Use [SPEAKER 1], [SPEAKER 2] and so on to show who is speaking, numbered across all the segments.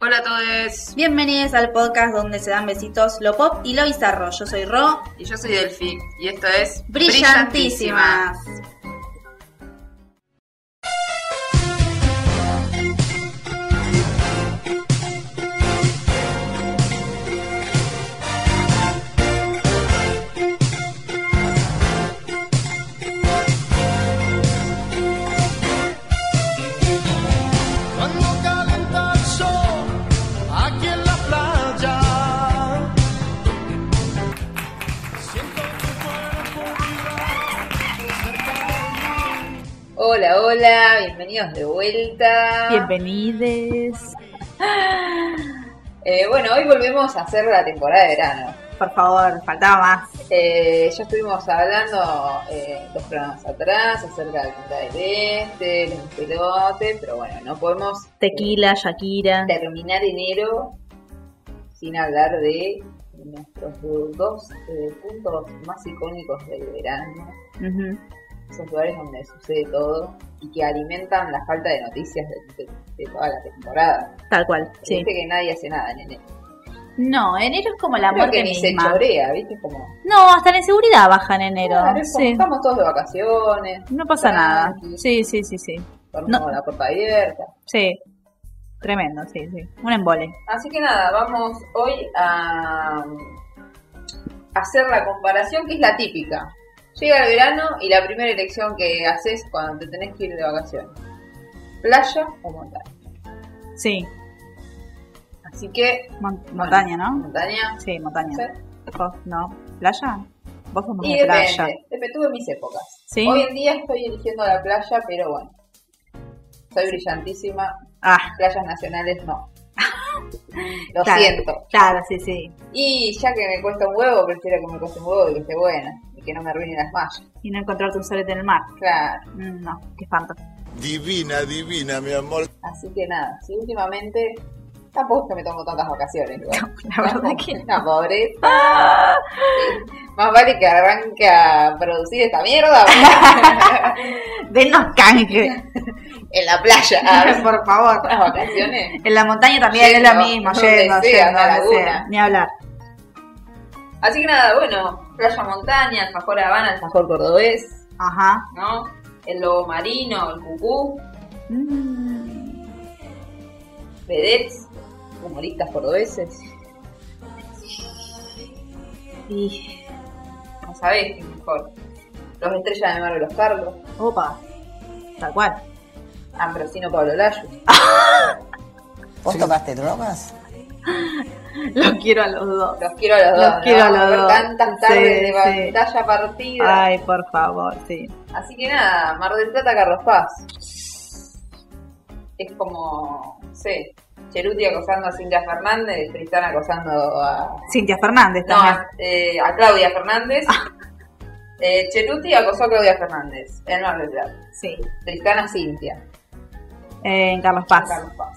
[SPEAKER 1] Hola a todos.
[SPEAKER 2] Bienvenidos al podcast donde se dan besitos lo pop y lo bizarro. Yo soy Ro.
[SPEAKER 1] Y yo soy Delphi. Y esto es
[SPEAKER 2] Brillantísimas.
[SPEAKER 3] Cuando calienta el sol aquí en la playa, siento tu cuerpo vibrar cerca de mí.
[SPEAKER 4] Hola, hola, bienvenidos de vuelta.
[SPEAKER 5] Bienvenides.
[SPEAKER 4] Eh, bueno, hoy volvemos a hacer la temporada de verano.
[SPEAKER 2] Por favor, faltaba más.
[SPEAKER 4] Eh, ya estuvimos hablando eh, dos programas atrás acerca de Punta del Este, los pelote, pero bueno, no podemos eh,
[SPEAKER 5] Tequila, Shakira.
[SPEAKER 4] terminar enero sin hablar de nuestros dos eh, puntos más icónicos del verano,
[SPEAKER 5] Ujú.
[SPEAKER 4] esos lugares donde sucede todo y que alimentan la falta de noticias de- de- de toda la temporada.
[SPEAKER 5] Tal cual, sí.
[SPEAKER 4] Viste que nadie hace nada en enero.
[SPEAKER 5] No, enero es como la
[SPEAKER 4] Creo que
[SPEAKER 5] muerte
[SPEAKER 4] ni se
[SPEAKER 5] misma.
[SPEAKER 4] chorea, ¿viste? Como,
[SPEAKER 5] No, hasta la inseguridad baja en enero.
[SPEAKER 4] claro, es como
[SPEAKER 5] sí.
[SPEAKER 4] estamos todos de vacaciones,
[SPEAKER 5] No pasa nada.
[SPEAKER 4] tranqui.
[SPEAKER 5] Sí, sí, sí, sí.
[SPEAKER 4] dormimos
[SPEAKER 5] No.
[SPEAKER 4] con la puerta abierta.
[SPEAKER 5] Sí. Tremendo, sí, sí. Un embole.
[SPEAKER 4] Así que nada, vamos hoy a hacer la comparación que es la típica. Llega el verano y la primera elección que haces cuando te tenés que ir de vacaciones. ¿Playa o montaña?
[SPEAKER 5] Sí,
[SPEAKER 4] Así que...
[SPEAKER 5] mon- montaña, ¿no?
[SPEAKER 4] Montaña.
[SPEAKER 5] Sí,
[SPEAKER 4] no
[SPEAKER 5] montaña.
[SPEAKER 4] sé.
[SPEAKER 5] ¿Vos no? ¿Playa? Vos somos
[SPEAKER 4] Y
[SPEAKER 5] de playa.
[SPEAKER 4] depende, depende, tuve mis épocas.
[SPEAKER 5] Sí.
[SPEAKER 4] Hoy en día estoy eligiendo la playa, pero bueno. Soy brillantísima,
[SPEAKER 5] Ah,
[SPEAKER 4] playas nacionales no. Lo
[SPEAKER 5] Claro.
[SPEAKER 4] siento.
[SPEAKER 5] claro, sí, sí.
[SPEAKER 4] Y ya que me cuesta un huevo, prefiero que me cueste un huevo y que esté buena. Y que no me arruinen las mallas.
[SPEAKER 5] Y no encontrarte un solete en el mar.
[SPEAKER 4] Claro.
[SPEAKER 5] Mm, No, qué espanto.
[SPEAKER 3] Divina, divina, mi amor.
[SPEAKER 4] Así que nada, si últimamente tampoco es que me tomo tantas vacaciones. igual.
[SPEAKER 5] La verdad que
[SPEAKER 4] Una pobreza. Sí. Más vale que arranque a producir esta mierda
[SPEAKER 5] Denos canje.
[SPEAKER 4] en la playa. A ver,
[SPEAKER 5] Por favor.
[SPEAKER 4] unas vacaciones.
[SPEAKER 5] En la montaña también
[SPEAKER 4] Yendo,
[SPEAKER 5] es lo mismo,
[SPEAKER 4] donde
[SPEAKER 5] yendo,
[SPEAKER 4] sea,
[SPEAKER 5] yendo,
[SPEAKER 4] a la
[SPEAKER 5] donde sea.
[SPEAKER 4] laguna.
[SPEAKER 5] Ni hablar.
[SPEAKER 4] Así que nada, bueno, playa montaña, alfajor Habana, alfajor cordobés.
[SPEAKER 5] Ajá.
[SPEAKER 4] ¿no? El lobo marino, el cucú,
[SPEAKER 5] Mm.
[SPEAKER 4] vedettes, humoristas cordobeses.
[SPEAKER 5] Y.
[SPEAKER 4] No sabés qué es mejor. Los estrellas de mar de los Carlos,
[SPEAKER 5] Opa. Tal cual.
[SPEAKER 4] Ambrosino Pablo Layo.
[SPEAKER 6] ¿Vos tocaste drogas?
[SPEAKER 5] Los quiero a los dos.
[SPEAKER 4] Los quiero a los
[SPEAKER 5] Los
[SPEAKER 4] dos. ¿no?
[SPEAKER 5] quiero a los
[SPEAKER 4] Ver
[SPEAKER 5] dos.
[SPEAKER 4] Tantas
[SPEAKER 5] Sí,
[SPEAKER 4] tardes de
[SPEAKER 5] sí.
[SPEAKER 4] pantalla partida.
[SPEAKER 5] Ay, por favor, sí.
[SPEAKER 4] Así que nada, Mar del Plata, Carlos Paz. Es como, no sé, Cheruti acosando a Cintia Fernández, Tristán acosando a
[SPEAKER 5] Cintia Fernández
[SPEAKER 4] No,
[SPEAKER 5] también.
[SPEAKER 4] a, eh, a Claudia Fernández.
[SPEAKER 5] Ah.
[SPEAKER 4] Eh, Cheruti acosó a Claudia Fernández en Mar del Plata.
[SPEAKER 5] Sí.
[SPEAKER 4] Tristana Cintia.
[SPEAKER 5] Eh, en Carlos Paz.
[SPEAKER 4] Carlos Paz.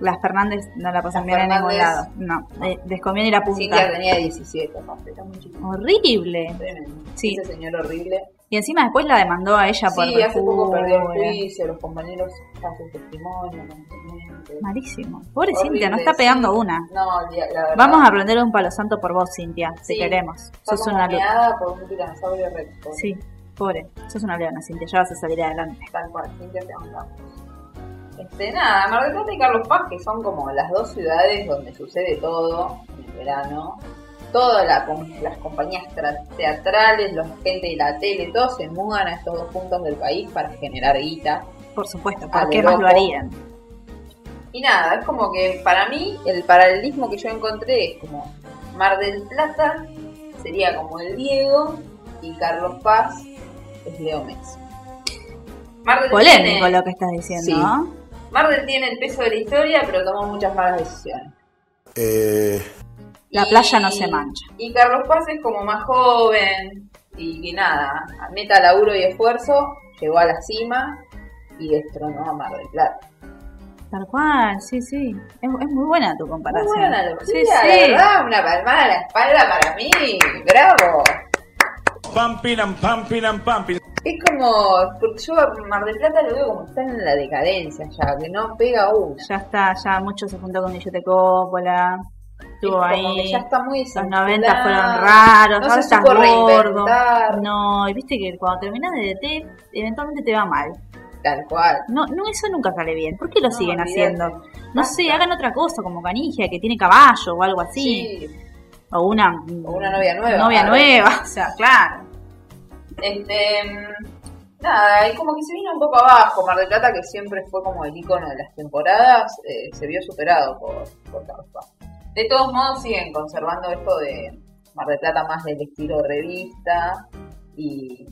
[SPEAKER 5] Las Fernández no la pasan
[SPEAKER 4] Las
[SPEAKER 5] bien en ningún
[SPEAKER 4] Fernández.
[SPEAKER 5] lado. No. eh, desconviene la
[SPEAKER 4] Cintia
[SPEAKER 5] punta.
[SPEAKER 4] tenía 17, aparte, era muy chiquita.
[SPEAKER 5] Horrible.
[SPEAKER 4] Tremendo.
[SPEAKER 5] Sí.
[SPEAKER 4] Ese señor horrible.
[SPEAKER 5] Y encima después la demandó a ella por
[SPEAKER 4] sí, hace poco perdió el
[SPEAKER 5] perjurio.
[SPEAKER 4] juicio, los compañeros hacen testimonio, constantemente.
[SPEAKER 5] Ah. Malísimo. Pobre
[SPEAKER 4] Horrible,
[SPEAKER 5] Cintia, no está
[SPEAKER 4] sí.
[SPEAKER 5] pegando una.
[SPEAKER 4] No, la la verdad.
[SPEAKER 5] Vamos a aprender un palo santo por vos, Cintia, si
[SPEAKER 4] Sí.
[SPEAKER 5] queremos.
[SPEAKER 4] Está
[SPEAKER 5] Sos una luz.
[SPEAKER 4] condeneada por un tiranosaurio recto.
[SPEAKER 5] Sí, pobre. Sos una leona, Cintia. Ya vas a salir adelante.
[SPEAKER 4] Tal cual, Cintia te amamos. Este, nada, Mar del Plata y Carlos Paz, que son como las dos ciudades donde sucede todo en el verano. Todas la com- las compañías tra- teatrales, la gente de la tele, todos se mudan a estos dos puntos del país para generar guita.
[SPEAKER 5] Por supuesto,
[SPEAKER 4] A lo
[SPEAKER 5] ¿por qué más
[SPEAKER 4] loco.
[SPEAKER 5] lo harían?
[SPEAKER 4] Y nada, es como que para mí el paralelismo que yo encontré es como Mar del Plata sería como el Diego y Carlos Paz es Leo Messi. Mar del
[SPEAKER 5] Polémico
[SPEAKER 4] tiene-
[SPEAKER 5] lo que estás diciendo,
[SPEAKER 4] Sí.
[SPEAKER 5] ¿no?
[SPEAKER 4] Mar del tiene el peso de la historia, pero tomó muchas malas decisiones.
[SPEAKER 5] La playa no se mancha.
[SPEAKER 4] Y Carlos Paz es como más joven y que nada, a meta, laburo y esfuerzo, llegó a la cima y destronó a Mar del Plata.
[SPEAKER 5] Tal cual, sí, sí. Es, es muy buena tu
[SPEAKER 4] Muy
[SPEAKER 5] comparación.
[SPEAKER 4] buena analogía,
[SPEAKER 5] sí,
[SPEAKER 4] la
[SPEAKER 5] sí.
[SPEAKER 4] verdad, una palmada a la espalda para mí, bravo.
[SPEAKER 7] pumping and pumping and pumping.
[SPEAKER 4] Es como, porque yo a Mar del Plata lo veo como que está en la decadencia ya, que no pega uh, una.
[SPEAKER 2] Ya está, ya mucho se juntó con Guillote Coppola.
[SPEAKER 4] Es
[SPEAKER 2] Estuvo
[SPEAKER 4] como
[SPEAKER 2] ahí.
[SPEAKER 4] que ya está muy
[SPEAKER 2] Los
[SPEAKER 4] desinflada,
[SPEAKER 2] 90 fueron raros,
[SPEAKER 4] no
[SPEAKER 2] ahora
[SPEAKER 4] se
[SPEAKER 2] estás
[SPEAKER 4] supo
[SPEAKER 2] gordo.
[SPEAKER 4] reinventar,
[SPEAKER 2] No, y viste que cuando terminas de DT, eventualmente te va mal.
[SPEAKER 4] tal cual.
[SPEAKER 2] No, no, eso nunca sale bien. ¿Por qué lo
[SPEAKER 4] No,
[SPEAKER 2] siguen
[SPEAKER 4] olvídate.
[SPEAKER 2] haciendo? No sé,
[SPEAKER 4] Basta.
[SPEAKER 2] hagan otra cosa, como Canigia, que tiene caballo o algo así.
[SPEAKER 4] Sí,
[SPEAKER 2] O una,
[SPEAKER 4] O una novia nueva.
[SPEAKER 2] Novia
[SPEAKER 4] Ah,
[SPEAKER 2] nueva, o sea, claro.
[SPEAKER 4] Este, mm, nada, y como que se vino un poco abajo. Mar del Plata, que siempre fue como el icono de las temporadas, eh, se vio superado por, por Carlos Paz. De todos modos, siguen conservando esto de Mar del Plata más del estilo revista y,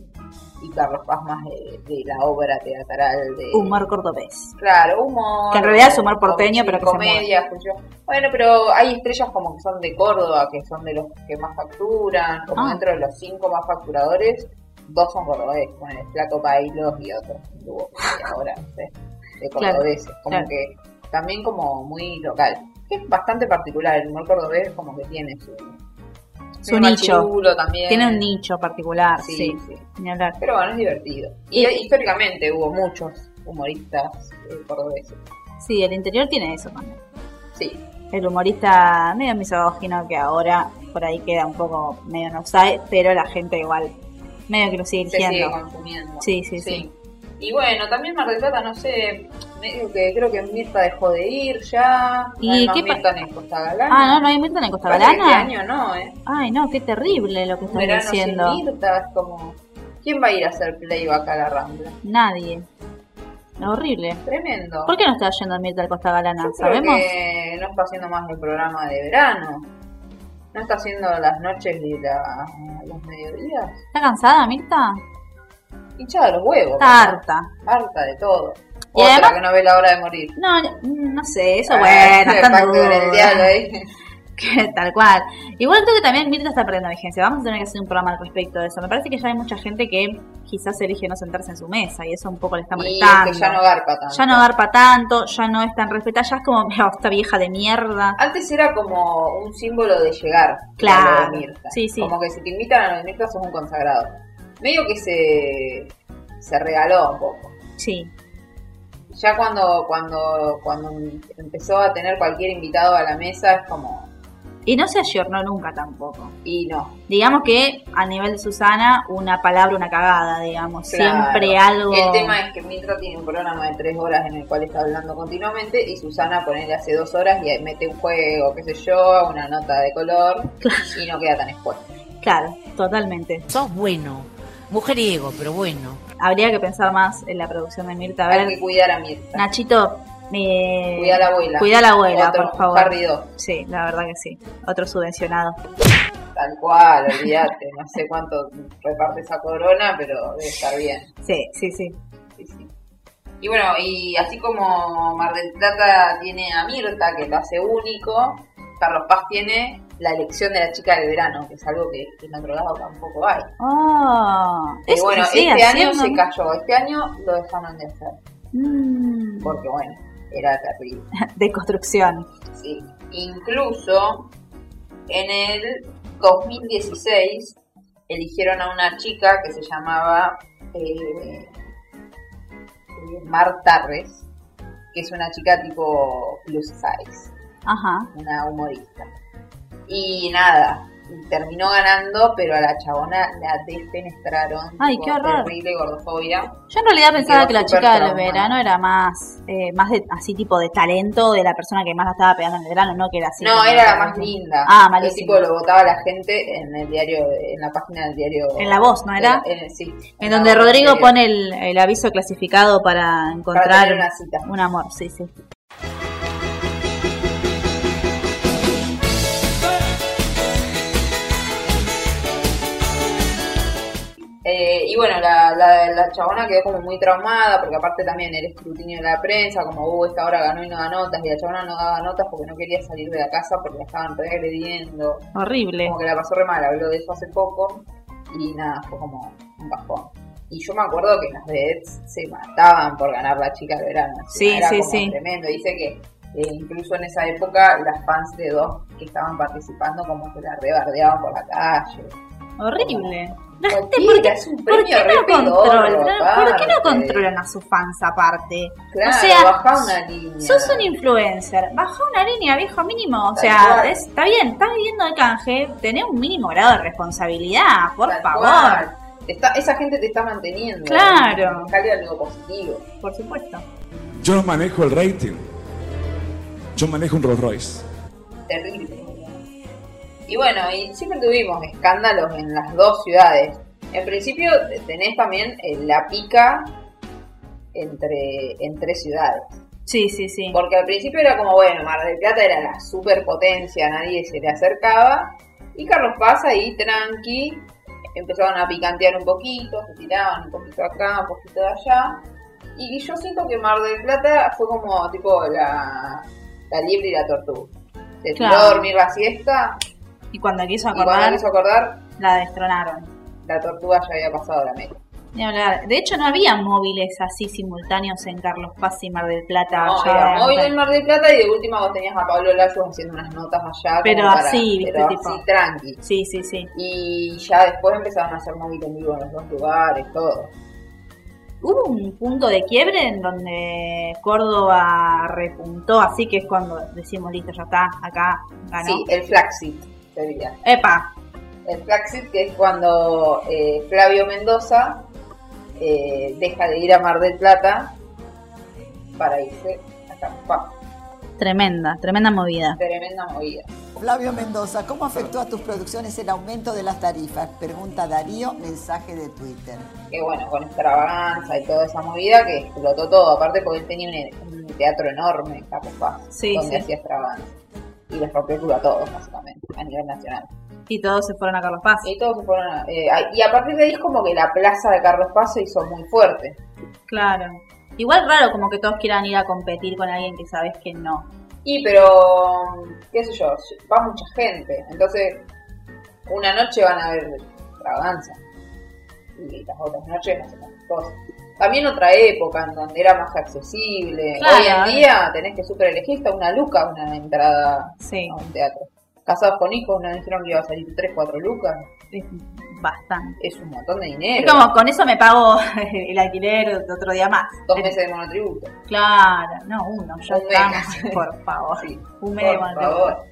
[SPEAKER 4] y Carlos Paz más de, de la obra teatral de.
[SPEAKER 2] Humor cordobés.
[SPEAKER 4] Claro, humor.
[SPEAKER 2] Que en realidad es humor porteño,
[SPEAKER 4] com-
[SPEAKER 2] pero que se
[SPEAKER 4] comedia, yo. Bueno, pero hay estrellas como que son de Córdoba, que son de los que más facturan. Como
[SPEAKER 2] Ah.
[SPEAKER 4] dentro de los cinco más facturadores, dos son cordobeses, con el Flaco Pailos y otro dúo que ahora, no sé, de
[SPEAKER 2] Claro,
[SPEAKER 4] cordobeses. como
[SPEAKER 2] claro.
[SPEAKER 4] que también como muy local. Que es bastante particular, el humor cordobés como que tiene su...
[SPEAKER 2] Su
[SPEAKER 4] tiene
[SPEAKER 2] nicho.
[SPEAKER 4] Machirulo también.
[SPEAKER 2] Tiene un nicho particular,
[SPEAKER 4] Sí,
[SPEAKER 2] sí.
[SPEAKER 4] sí.
[SPEAKER 2] Ni hablar.
[SPEAKER 4] Pero bueno, es divertido. Y, históricamente hubo muchos humoristas eh, cordobeses.
[SPEAKER 2] Sí, el interior tiene eso también.
[SPEAKER 4] Sí,
[SPEAKER 2] El humorista medio misógino que ahora por ahí queda un poco medio no sabe, pero la gente igual medio que lo sigue
[SPEAKER 4] se sigue
[SPEAKER 2] eligiendo.
[SPEAKER 4] consumiendo.
[SPEAKER 2] Sí, sí, sí.
[SPEAKER 4] Y bueno, también Mar del Plata, no sé, medio que creo que Mirta dejó de ir ya.
[SPEAKER 2] ¿Y
[SPEAKER 4] No hay más
[SPEAKER 2] qué pa-
[SPEAKER 4] Mirta en Costa Galana.
[SPEAKER 2] Ah, no, no hay Mirta en el Costa
[SPEAKER 4] Parece que
[SPEAKER 2] Galana.
[SPEAKER 4] Este año no, ¿eh?
[SPEAKER 2] Ay, no, qué terrible lo que
[SPEAKER 4] Un
[SPEAKER 2] están
[SPEAKER 4] verano
[SPEAKER 2] diciendo.
[SPEAKER 4] sin Mirta es como... ¿Quién va a ir a hacer playback a la Rambla?
[SPEAKER 2] Nadie. Horrible.
[SPEAKER 4] Tremendo.
[SPEAKER 2] ¿Por qué no está yendo Mirta al Costa Galana?
[SPEAKER 4] Yo creo
[SPEAKER 2] ¿Sabemos?
[SPEAKER 4] que no está haciendo más el programa de verano. No está haciendo las noches ni la, los mediodías.
[SPEAKER 2] ¿Está cansada, Mirta?
[SPEAKER 4] Hinchada los huevos.
[SPEAKER 2] Está harta.
[SPEAKER 4] Harta de todo.
[SPEAKER 2] Y
[SPEAKER 4] Otra
[SPEAKER 2] además-
[SPEAKER 4] que no ve la hora de morir.
[SPEAKER 2] No, mm, no sé, eso
[SPEAKER 4] Ah,
[SPEAKER 2] bueno,
[SPEAKER 4] el
[SPEAKER 2] está en
[SPEAKER 4] pacto del diablo ¿eh?
[SPEAKER 2] duda.
[SPEAKER 4] ahí.
[SPEAKER 2] Que Tal cual. Igual creo que también Mirta está perdiendo vigencia. Vamos a tener que hacer un programa al respecto de eso. Me parece que ya hay mucha gente que quizás elige no sentarse en su mesa y eso un poco le está
[SPEAKER 4] Y
[SPEAKER 2] molestando.
[SPEAKER 4] es que ya no garpa tanto.
[SPEAKER 2] Ya no garpa tanto, ya no es tan respetada, ya es como "Oh, esta vieja de mierda.
[SPEAKER 4] Antes era como un símbolo de llegar.
[SPEAKER 2] Claro.
[SPEAKER 4] a lo de Mirta.
[SPEAKER 2] Sí, sí.
[SPEAKER 4] Como que si te invitan a lo de Mirta sos un consagrado. Medio que se, se regaló un poco.
[SPEAKER 2] Sí,
[SPEAKER 4] Ya cuando, cuando, cuando empezó a tener cualquier invitado a la mesa es como...
[SPEAKER 2] Y no se ayornó nunca tampoco.
[SPEAKER 4] Y no.
[SPEAKER 2] Digamos que a nivel de Susana, una palabra, una cagada, digamos.
[SPEAKER 4] Claro.
[SPEAKER 2] Siempre algo.
[SPEAKER 4] El tema es que Mitra tiene un programa de tres horas en el cual está hablando continuamente y Susana ponele hace dos horas y ahí mete un juego, qué sé yo, una nota de color y no queda tan expuesta.
[SPEAKER 2] Claro, totalmente.
[SPEAKER 8] Sos bueno. Mujeriego, pero bueno.
[SPEAKER 2] Habría que pensar más en la producción de Mirta. A
[SPEAKER 4] Hay
[SPEAKER 2] ver,
[SPEAKER 4] que cuidar a Mirta.
[SPEAKER 2] Nachito. Eh,
[SPEAKER 4] Cuida a la abuela.
[SPEAKER 2] Cuida a la abuela,
[SPEAKER 4] Otro
[SPEAKER 2] por favor.
[SPEAKER 4] Harry dos.
[SPEAKER 2] Sí, la verdad que sí. Otro subvencionado.
[SPEAKER 4] Tal cual, olvídate. No sé cuánto reparte esa corona, pero debe estar bien.
[SPEAKER 2] Sí, sí, sí.
[SPEAKER 4] Sí, sí. Y bueno, y así como Mar del Plata tiene a Mirta, que lo hace único, Carlos Paz tiene la elección de la chica del verano, que es algo que, que en otro lado tampoco hay.
[SPEAKER 2] Oh,
[SPEAKER 4] Y
[SPEAKER 2] eso
[SPEAKER 4] bueno,
[SPEAKER 2] se sigue
[SPEAKER 4] este año
[SPEAKER 2] haciendo,
[SPEAKER 4] se
[SPEAKER 2] ¿no?
[SPEAKER 4] cayó, este año lo dejaron de hacer,
[SPEAKER 2] Mm,
[SPEAKER 4] porque bueno, era terrible.
[SPEAKER 2] de construcción.
[SPEAKER 4] Sí. Incluso en el 2016 eligieron a una chica que se llamaba eh, eh, Mar Tarres, que es una chica tipo plus size,
[SPEAKER 2] Ajá.
[SPEAKER 4] una humorista. Y nada, terminó ganando, pero a la chabona la despenestraron.
[SPEAKER 2] Ay, qué horror.
[SPEAKER 4] Terrible gordofobia.
[SPEAKER 2] Yo en realidad pensaba
[SPEAKER 4] quedó
[SPEAKER 2] que la
[SPEAKER 4] súper
[SPEAKER 2] chica del
[SPEAKER 4] traumada.
[SPEAKER 2] verano era más, eh, más de, así tipo de talento de la persona que más la estaba pegando en el verano, no que era así.
[SPEAKER 4] no,
[SPEAKER 2] como
[SPEAKER 4] era la
[SPEAKER 2] realmente.
[SPEAKER 4] más linda.
[SPEAKER 2] Ah,
[SPEAKER 4] El
[SPEAKER 2] malísimo.
[SPEAKER 4] tipo lo votaba la gente en el diario, en la página del diario.
[SPEAKER 2] En La Voz, ¿no era?
[SPEAKER 4] En, el- eh, sí.
[SPEAKER 2] En
[SPEAKER 4] La
[SPEAKER 2] donde
[SPEAKER 4] Voz,
[SPEAKER 2] Rodrigo
[SPEAKER 4] diario.
[SPEAKER 2] pone el, el aviso clasificado para encontrar
[SPEAKER 4] Para tener una cita.
[SPEAKER 2] un amor, sí, sí.
[SPEAKER 4] Eh, y bueno, la, la, la chabona quedó como muy traumada, porque aparte también el escrutinio de la prensa, como, uh, esta hora ganó y no da notas, y la chabona no daba notas porque no quería salir de la casa porque la estaban regrediendo.
[SPEAKER 2] Horrible.
[SPEAKER 4] Como que la pasó re mal, habló de eso hace poco, y nada, fue como un bajón. Y yo me acuerdo que las vedettes se mataban por ganar la chica de verano.
[SPEAKER 2] Sí,
[SPEAKER 4] Era
[SPEAKER 2] sí,
[SPEAKER 4] como
[SPEAKER 2] sí.
[SPEAKER 4] Tremendo. Dice que eh, incluso en esa época las fans de dos que estaban participando como que la rebardeaban por la calle.
[SPEAKER 2] Horrible. La gente,
[SPEAKER 4] Cualquiera,
[SPEAKER 2] ¿por qué,
[SPEAKER 4] es un
[SPEAKER 2] por
[SPEAKER 4] premio
[SPEAKER 2] qué no
[SPEAKER 4] re pedorro,
[SPEAKER 2] controlan? ¿Por qué no
[SPEAKER 4] aparte.
[SPEAKER 2] controlan a sus fans aparte?
[SPEAKER 4] Claro,
[SPEAKER 2] o sea,
[SPEAKER 4] bajá una línea.
[SPEAKER 2] sos un influencer, baja una línea, viejo mínimo. O
[SPEAKER 4] Tal
[SPEAKER 2] sea,
[SPEAKER 4] cual.
[SPEAKER 2] es- está bien, estás viviendo de canje, tenés un mínimo grado de responsabilidad, por
[SPEAKER 4] Tal
[SPEAKER 2] favor.
[SPEAKER 4] cual. Te está- esa gente te está manteniendo.
[SPEAKER 2] Claro.
[SPEAKER 4] Buscale algo positivo.
[SPEAKER 2] Por supuesto.
[SPEAKER 9] Yo no manejo el rating. Yo manejo un Rolls Royce.
[SPEAKER 4] Terrible. Y bueno, y siempre tuvimos escándalos en las dos ciudades. En principio tenés también eh, la pica entre, entre ciudades.
[SPEAKER 2] Sí, sí, sí.
[SPEAKER 4] Porque al principio era como, bueno, Mar del Plata era la superpotencia, nadie se le acercaba. Y Carlos Paz ahí, tranqui, empezaron a picantear un poquito, se tiraban un poquito acá, un poquito de allá. Y yo siento que Mar del Plata fue como, tipo, la, la liebre y la tortuga. Se tiró
[SPEAKER 2] Claro.
[SPEAKER 4] a dormir la siesta
[SPEAKER 2] Y cuando quiso
[SPEAKER 4] y cuando
[SPEAKER 2] acordar,
[SPEAKER 4] quiso acordar,
[SPEAKER 2] la destronaron.
[SPEAKER 4] la tortuga ya había pasado la meta.
[SPEAKER 2] Ni hablar. De hecho, no había móviles así simultáneos en Carlos Paz y Mar del Plata.
[SPEAKER 4] No,
[SPEAKER 2] Ah, ya
[SPEAKER 4] era
[SPEAKER 2] de-
[SPEAKER 4] móvil en Mar del Plata y de última vos tenías a Pablo Lazo haciendo unas notas allá. como
[SPEAKER 2] Pero
[SPEAKER 4] para-
[SPEAKER 2] así, viste,
[SPEAKER 4] pero
[SPEAKER 2] tipo-
[SPEAKER 4] así, tranqui.
[SPEAKER 2] Sí, sí, sí.
[SPEAKER 4] Y ya después empezaron a hacer móvil en vivo en los dos lugares, todo.
[SPEAKER 2] Hubo un punto de quiebre en donde Córdoba repuntó, así que es cuando decimos, listo, ya está, acá, ganó.
[SPEAKER 4] Sí, el Flagship sería.
[SPEAKER 2] Epa,
[SPEAKER 4] El Flagship que es cuando eh, Flavio Mendoza eh, deja de ir a Mar del Plata para irse a Campá.
[SPEAKER 2] tremenda, tremenda movida.
[SPEAKER 4] Tremenda movida.
[SPEAKER 6] Flavio Mendoza, ¿cómo afectó a tus producciones el aumento de las tarifas? Pregunta Darío, mensaje de Twitter.
[SPEAKER 4] Que bueno, con extravaganza y toda esa movida que explotó todo. Aparte porque él tenía un, un teatro enorme en Capo Paz,
[SPEAKER 2] Sí,
[SPEAKER 4] donde
[SPEAKER 2] sí.
[SPEAKER 4] hacía extravaganza. Y les rompió el culo a todos, básicamente, a nivel nacional.
[SPEAKER 2] Y todos se fueron a Carlos Paz.
[SPEAKER 4] Y todos se fueron a- eh, a- y a partir de ahí es como que la plaza de Carlos Paz se hizo muy fuerte.
[SPEAKER 2] Claro. Igual raro como que todos quieran ir a competir con alguien que sabes que no.
[SPEAKER 4] Y pero, qué sé yo, va mucha gente. Entonces, una noche van a ver extravaganza. Y las otras noches no sé cuántas cosas. También otra época en donde era más accesible.
[SPEAKER 2] Claro.
[SPEAKER 4] Hoy en día tenés que super elegir hasta una luca una entrada
[SPEAKER 2] Sí.
[SPEAKER 4] a un teatro. Casados con hijos nos dijeron que iba a salir 3, 4 lucas.
[SPEAKER 2] Es bastante.
[SPEAKER 4] Es un montón de
[SPEAKER 2] Es
[SPEAKER 4] dinero.
[SPEAKER 2] como, con eso me pago el alquiler de otro día más.
[SPEAKER 4] Dos meses de monotributo.
[SPEAKER 2] Claro, no, uno, ya
[SPEAKER 4] Un mes.
[SPEAKER 2] estamos, por favor.
[SPEAKER 4] Sí,
[SPEAKER 2] Un mes de
[SPEAKER 4] Por
[SPEAKER 2] mandato.
[SPEAKER 4] favor.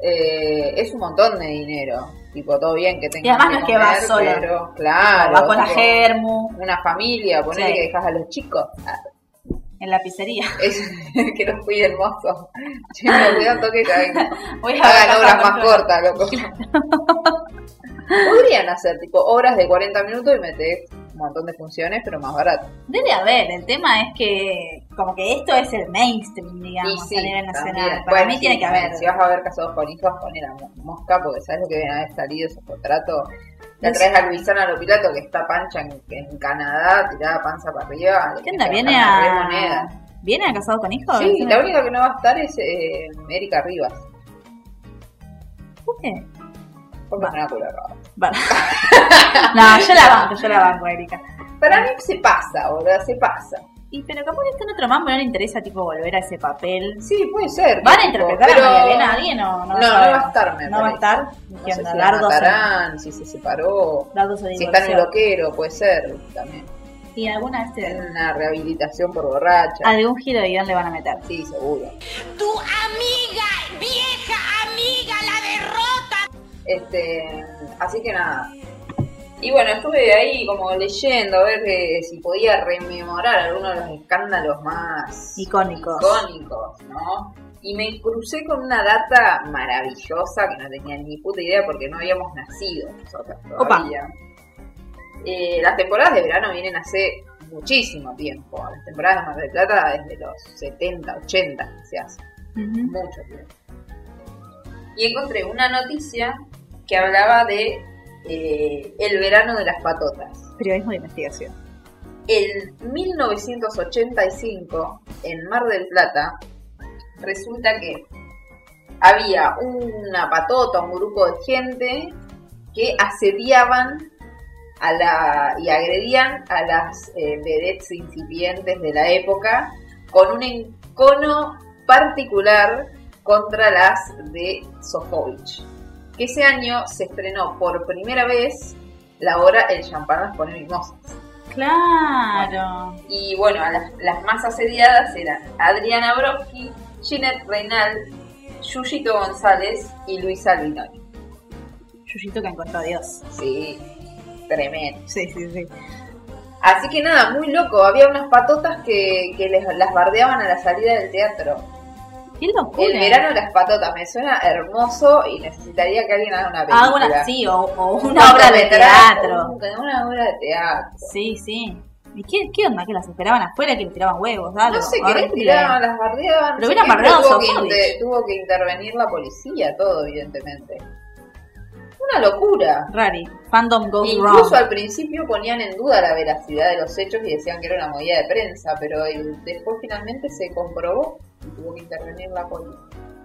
[SPEAKER 4] Eh, es un montón de dinero. Tipo, todo bien que tengas.
[SPEAKER 2] Y además no es que
[SPEAKER 4] comer,
[SPEAKER 2] vas solo.
[SPEAKER 4] pero, claro.
[SPEAKER 2] Vas con la
[SPEAKER 4] tipo,
[SPEAKER 2] germu,
[SPEAKER 4] Una familia, ponele
[SPEAKER 2] Sí.
[SPEAKER 4] que dejas a los chicos. Ah,
[SPEAKER 2] en la pizzería.
[SPEAKER 4] es- que los cuide el mozo. Che, me cuidan toque que vengo.
[SPEAKER 2] Voy a
[SPEAKER 4] Hagan
[SPEAKER 2] ver
[SPEAKER 4] obras
[SPEAKER 2] Casa
[SPEAKER 4] más
[SPEAKER 2] Control.
[SPEAKER 4] cortas, loco. Podrían hacer tipo obras de 40 minutos y meter un montón de funciones, pero más barato.
[SPEAKER 2] Debe haber, el tema es que como que esto es el mainstream, digamos,
[SPEAKER 4] Y sí,
[SPEAKER 2] a nivel nacional.
[SPEAKER 4] también.
[SPEAKER 2] Para
[SPEAKER 4] Bueno,
[SPEAKER 2] mí
[SPEAKER 4] sí,
[SPEAKER 2] tiene que
[SPEAKER 4] también.
[SPEAKER 2] haber.
[SPEAKER 4] Si vas a ver casados con hijos, poner a Mo- Mosca, porque sabes lo que deben haber salido esos contratos. La
[SPEAKER 2] No
[SPEAKER 4] traes a Luisana Lopilato, que está pancha en, en Canadá, tirada panza para arriba. le
[SPEAKER 2] ¿Qué onda?
[SPEAKER 4] bajan
[SPEAKER 2] ¿Viene
[SPEAKER 4] la re
[SPEAKER 2] a,
[SPEAKER 4] moneda.
[SPEAKER 2] ¿Viene a casado con hijos?
[SPEAKER 4] Sí, la única que no va a estar es eh, Erika Rivas.
[SPEAKER 2] ¿Por qué?
[SPEAKER 4] Porque
[SPEAKER 2] Va.
[SPEAKER 4] es una culo roja.
[SPEAKER 2] Vale. no, yo la banco, yo la banco, Erika.
[SPEAKER 4] Para mí se pasa, boludo, se pasa.
[SPEAKER 2] Y pero capaz que está en otro mambo, no le interesa tipo volver a ese papel.
[SPEAKER 4] Sí, puede ser.
[SPEAKER 2] ¿Van a
[SPEAKER 4] tipo,
[SPEAKER 2] interpretar
[SPEAKER 4] pero-
[SPEAKER 2] a María Elena a alguien o no?
[SPEAKER 4] No, no
[SPEAKER 2] sabemos?
[SPEAKER 4] va a estar, me
[SPEAKER 2] No va a
[SPEAKER 4] parece.
[SPEAKER 2] estar.
[SPEAKER 4] No
[SPEAKER 2] ¿Qué
[SPEAKER 4] sé
[SPEAKER 2] onda?
[SPEAKER 4] si la
[SPEAKER 2] Lardo se-
[SPEAKER 4] matarán, si se separó,
[SPEAKER 2] Lardo se
[SPEAKER 4] si está en el
[SPEAKER 2] divorció.
[SPEAKER 4] loquero, puede ser también.
[SPEAKER 2] Y alguna vez te-
[SPEAKER 4] Tienen una rehabilitación por borracha.
[SPEAKER 2] algún giro de guión le van a meter.
[SPEAKER 4] Sí, seguro.
[SPEAKER 10] Tu amiga, vieja amiga, la derrota.
[SPEAKER 4] Este, así que nada. Y bueno, estuve ahí como leyendo a ver eh, si podía rememorar alguno de los escándalos más
[SPEAKER 2] Icónicos.
[SPEAKER 4] icónicos, ¿no? Y me crucé con una data maravillosa que no tenía ni puta idea porque no habíamos nacido nosotras todavía. Eh, las temporadas de verano vienen hace muchísimo tiempo. Las temporadas de Mar del Plata desde los 70, 80 que se hacen
[SPEAKER 2] Ujú.
[SPEAKER 4] mucho tiempo. Y encontré una noticia que hablaba de eh, el verano de las patotas.
[SPEAKER 2] Periodismo de investigación.
[SPEAKER 4] En 1985, en Mar del Plata, resulta que había una patota, un grupo de gente que asediaban a la, y agredían a las eh, vedettes incipientes de la época con un encono particular contra las de Sofovich, que ese año se estrenó por primera vez la hora el champán las pone mimosas.
[SPEAKER 2] Claro.
[SPEAKER 4] Y bueno, a las, las más asediadas eran Adriana Broski, Ginette Reinal, Yuyito González y Luisa Albinoni.
[SPEAKER 2] Yuyito que encontró a Dios.
[SPEAKER 4] Sí, tremendo.
[SPEAKER 2] Sí, sí, sí.
[SPEAKER 4] Así que nada, muy loco. Había unas patotas que, que les, las bardeaban a la salida del teatro.
[SPEAKER 2] Qué locura.
[SPEAKER 4] El verano de las patotas me suena hermoso y necesitaría que alguien haga una película.
[SPEAKER 2] Ah, bueno, sí, o, o una obra de
[SPEAKER 4] cortometraje,
[SPEAKER 2] teatro.
[SPEAKER 4] un- Una obra de teatro.
[SPEAKER 2] Sí, sí. ¿Y qué, qué onda? ¿Que las esperaban afuera? ¿Que le tiraban huevos? Algo?
[SPEAKER 4] No sé qué les
[SPEAKER 2] Horrible.
[SPEAKER 4] tiraban, las bardeaban.
[SPEAKER 2] Ah,
[SPEAKER 4] sí,
[SPEAKER 2] Pero hubieran bardeado
[SPEAKER 4] tuvo
[SPEAKER 2] a
[SPEAKER 4] que,
[SPEAKER 2] Sofovich.
[SPEAKER 4] inter- tuvo que intervenir la policía, todo, evidentemente. Una locura.
[SPEAKER 2] Rari. Fandom goes
[SPEAKER 4] Incluso
[SPEAKER 2] wrong.
[SPEAKER 4] al principio ponían en duda la veracidad de los hechos y decían que era una movida de prensa, pero el- después finalmente se comprobó y tuvo que intervenir la policía.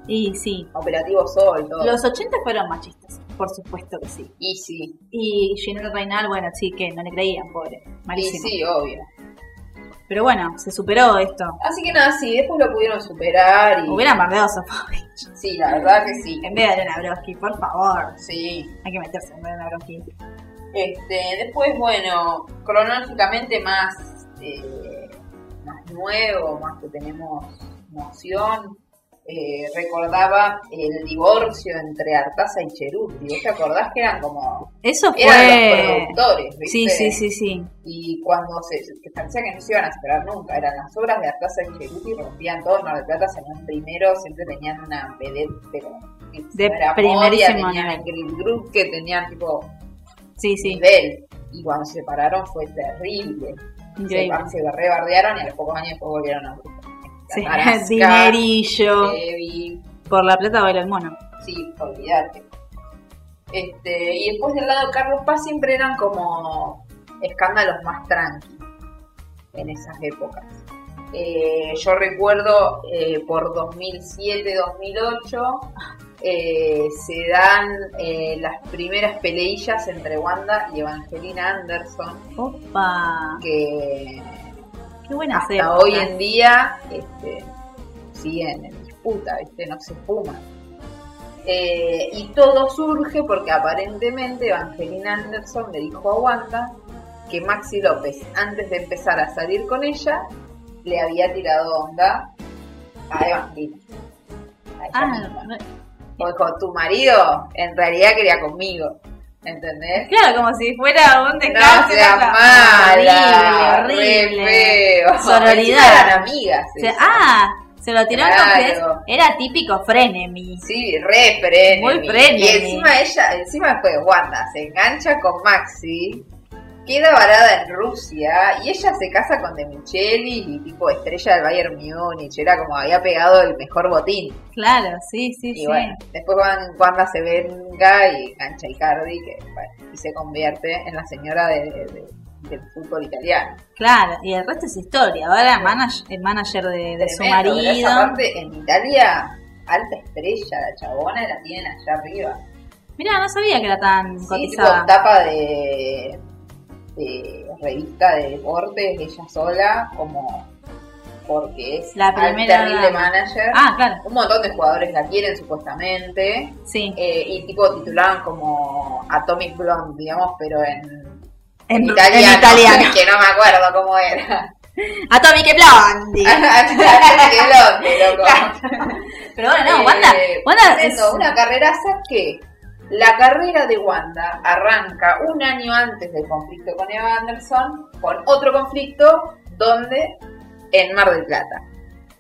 [SPEAKER 2] Y sí.
[SPEAKER 4] Operativo Sol, todo.
[SPEAKER 2] Los 80 fueron machistas, por supuesto que sí.
[SPEAKER 4] Y sí,
[SPEAKER 2] Y General Reinal, bueno, sí, que no le creían, pobre.
[SPEAKER 4] y
[SPEAKER 2] Malísimo.
[SPEAKER 4] sí, obvio.
[SPEAKER 2] Pero bueno, se superó esto.
[SPEAKER 4] Así que nada, sí, después lo pudieron superar y...
[SPEAKER 2] Hubieran bardeado a Sofovich.
[SPEAKER 4] Sí, la verdad que sí.
[SPEAKER 2] En vez de Elena Broski, por favor.
[SPEAKER 4] Sí.
[SPEAKER 2] Hay que meterse en Elena Broski.
[SPEAKER 4] Este, después, bueno, cronológicamente más, eh, más nuevo, más que tenemos noción, eh, recordaba el divorcio entre Artaza y Cheruti. ¿Vos te acordás que eran como...
[SPEAKER 2] Eso fue.
[SPEAKER 4] Eran los productores, ¿viste?
[SPEAKER 2] sí, sí, sí, sí.
[SPEAKER 4] Y cuando se que parecía que no se iban a separar nunca, eran las obras de Artaza y Cheruti, rompían todo, Mar del Plata salían primero, siempre tenían una vedette, pero... que
[SPEAKER 2] De
[SPEAKER 4] no era
[SPEAKER 2] primerísimo
[SPEAKER 4] tenían
[SPEAKER 2] nivel.
[SPEAKER 4] Grill Group, que tenían tipo
[SPEAKER 2] Sí, sí.
[SPEAKER 4] nivel. Y cuando se separaron fue terrible. Se,
[SPEAKER 2] Increíble.
[SPEAKER 4] bar- se rebardearon y a los pocos años después volvieron a
[SPEAKER 2] Sí.
[SPEAKER 4] Tarasca, eh,
[SPEAKER 2] Dinerillo.
[SPEAKER 4] Debbie,
[SPEAKER 2] Por la plata baila el mono.
[SPEAKER 4] sí, olvidate. Este, y después del lado de Carlos Paz siempre eran como escándalos más tranqui en esas épocas. Eh, yo recuerdo eh, por 2007-2008 eh, se dan eh, las primeras peleillas entre Wanda y Evangelina Anderson
[SPEAKER 2] Opa.
[SPEAKER 4] que
[SPEAKER 2] Qué buena
[SPEAKER 4] hasta
[SPEAKER 2] época.
[SPEAKER 4] hoy en día este, siguen en disputa, ¿viste? no se fuman. Eh, y todo surge porque aparentemente Evangelina Anderson le dijo a Wanda que Maxi López, antes de empezar a salir con ella, le había tirado onda a Evangelina. A ella
[SPEAKER 2] Ah,
[SPEAKER 4] misma.
[SPEAKER 2] re-
[SPEAKER 4] O dijo, tu marido en realidad quería conmigo, ¿entendés?
[SPEAKER 2] claro, como si fuera un
[SPEAKER 4] No
[SPEAKER 2] descanso.
[SPEAKER 4] seas mala.
[SPEAKER 2] Horrible, horrible.
[SPEAKER 4] re feo.
[SPEAKER 2] Sororidad.
[SPEAKER 4] Eran amigas.
[SPEAKER 2] O sea,
[SPEAKER 4] esas.
[SPEAKER 2] ah, se lo tiró
[SPEAKER 4] Claro.
[SPEAKER 2] entonces. Era típico frenemy.
[SPEAKER 4] Sí, re frenemy.
[SPEAKER 2] Muy frenemy.
[SPEAKER 4] Y encima ella, encima fue Wanda, se engancha con Maxi, queda varada en Rusia y ella se casa con De Micheli y tipo estrella del Bayern Múnich. Era como había pegado el mejor botín.
[SPEAKER 2] Claro, sí, sí,
[SPEAKER 4] Y
[SPEAKER 2] sí.
[SPEAKER 4] bueno, después Wan- Wanda se venga y engancha a Icardi que, bueno, y se convierte en la señora de- de- del fútbol italiano.
[SPEAKER 2] Claro, y el resto es historia. Ahora manag- el manager de, de su
[SPEAKER 4] Tremendo, pero
[SPEAKER 2] marido.
[SPEAKER 4] esa parte, en Italia, alta estrella, la chabona la tienen allá arriba.
[SPEAKER 2] Mirá, no sabía que era tan
[SPEAKER 4] Sí, tipo
[SPEAKER 2] cotizada.
[SPEAKER 4] tapa de, de revista de deportes, ella sola, como porque es
[SPEAKER 2] La
[SPEAKER 4] al-
[SPEAKER 2] primera
[SPEAKER 4] terrible
[SPEAKER 2] dama.
[SPEAKER 4] manager.
[SPEAKER 2] Ah, claro,
[SPEAKER 4] Un montón de jugadores la quieren supuestamente.
[SPEAKER 2] sí.
[SPEAKER 4] eh, y tipo titulaban como Atomic Blonde, digamos, pero en,
[SPEAKER 2] en, en
[SPEAKER 4] italiano,
[SPEAKER 2] italiano.
[SPEAKER 4] que no me acuerdo cómo era.
[SPEAKER 2] Atomic Blondie.
[SPEAKER 4] Atomic Blonde, loco.
[SPEAKER 2] Pero bueno, no, Wanda,
[SPEAKER 4] Eh,
[SPEAKER 2] Wanda es-
[SPEAKER 4] tremendo, una carreraza que la carrera de Wanda arranca un año antes del conflicto con Eva Anderson, con otro conflicto, donde en Mar del Plata,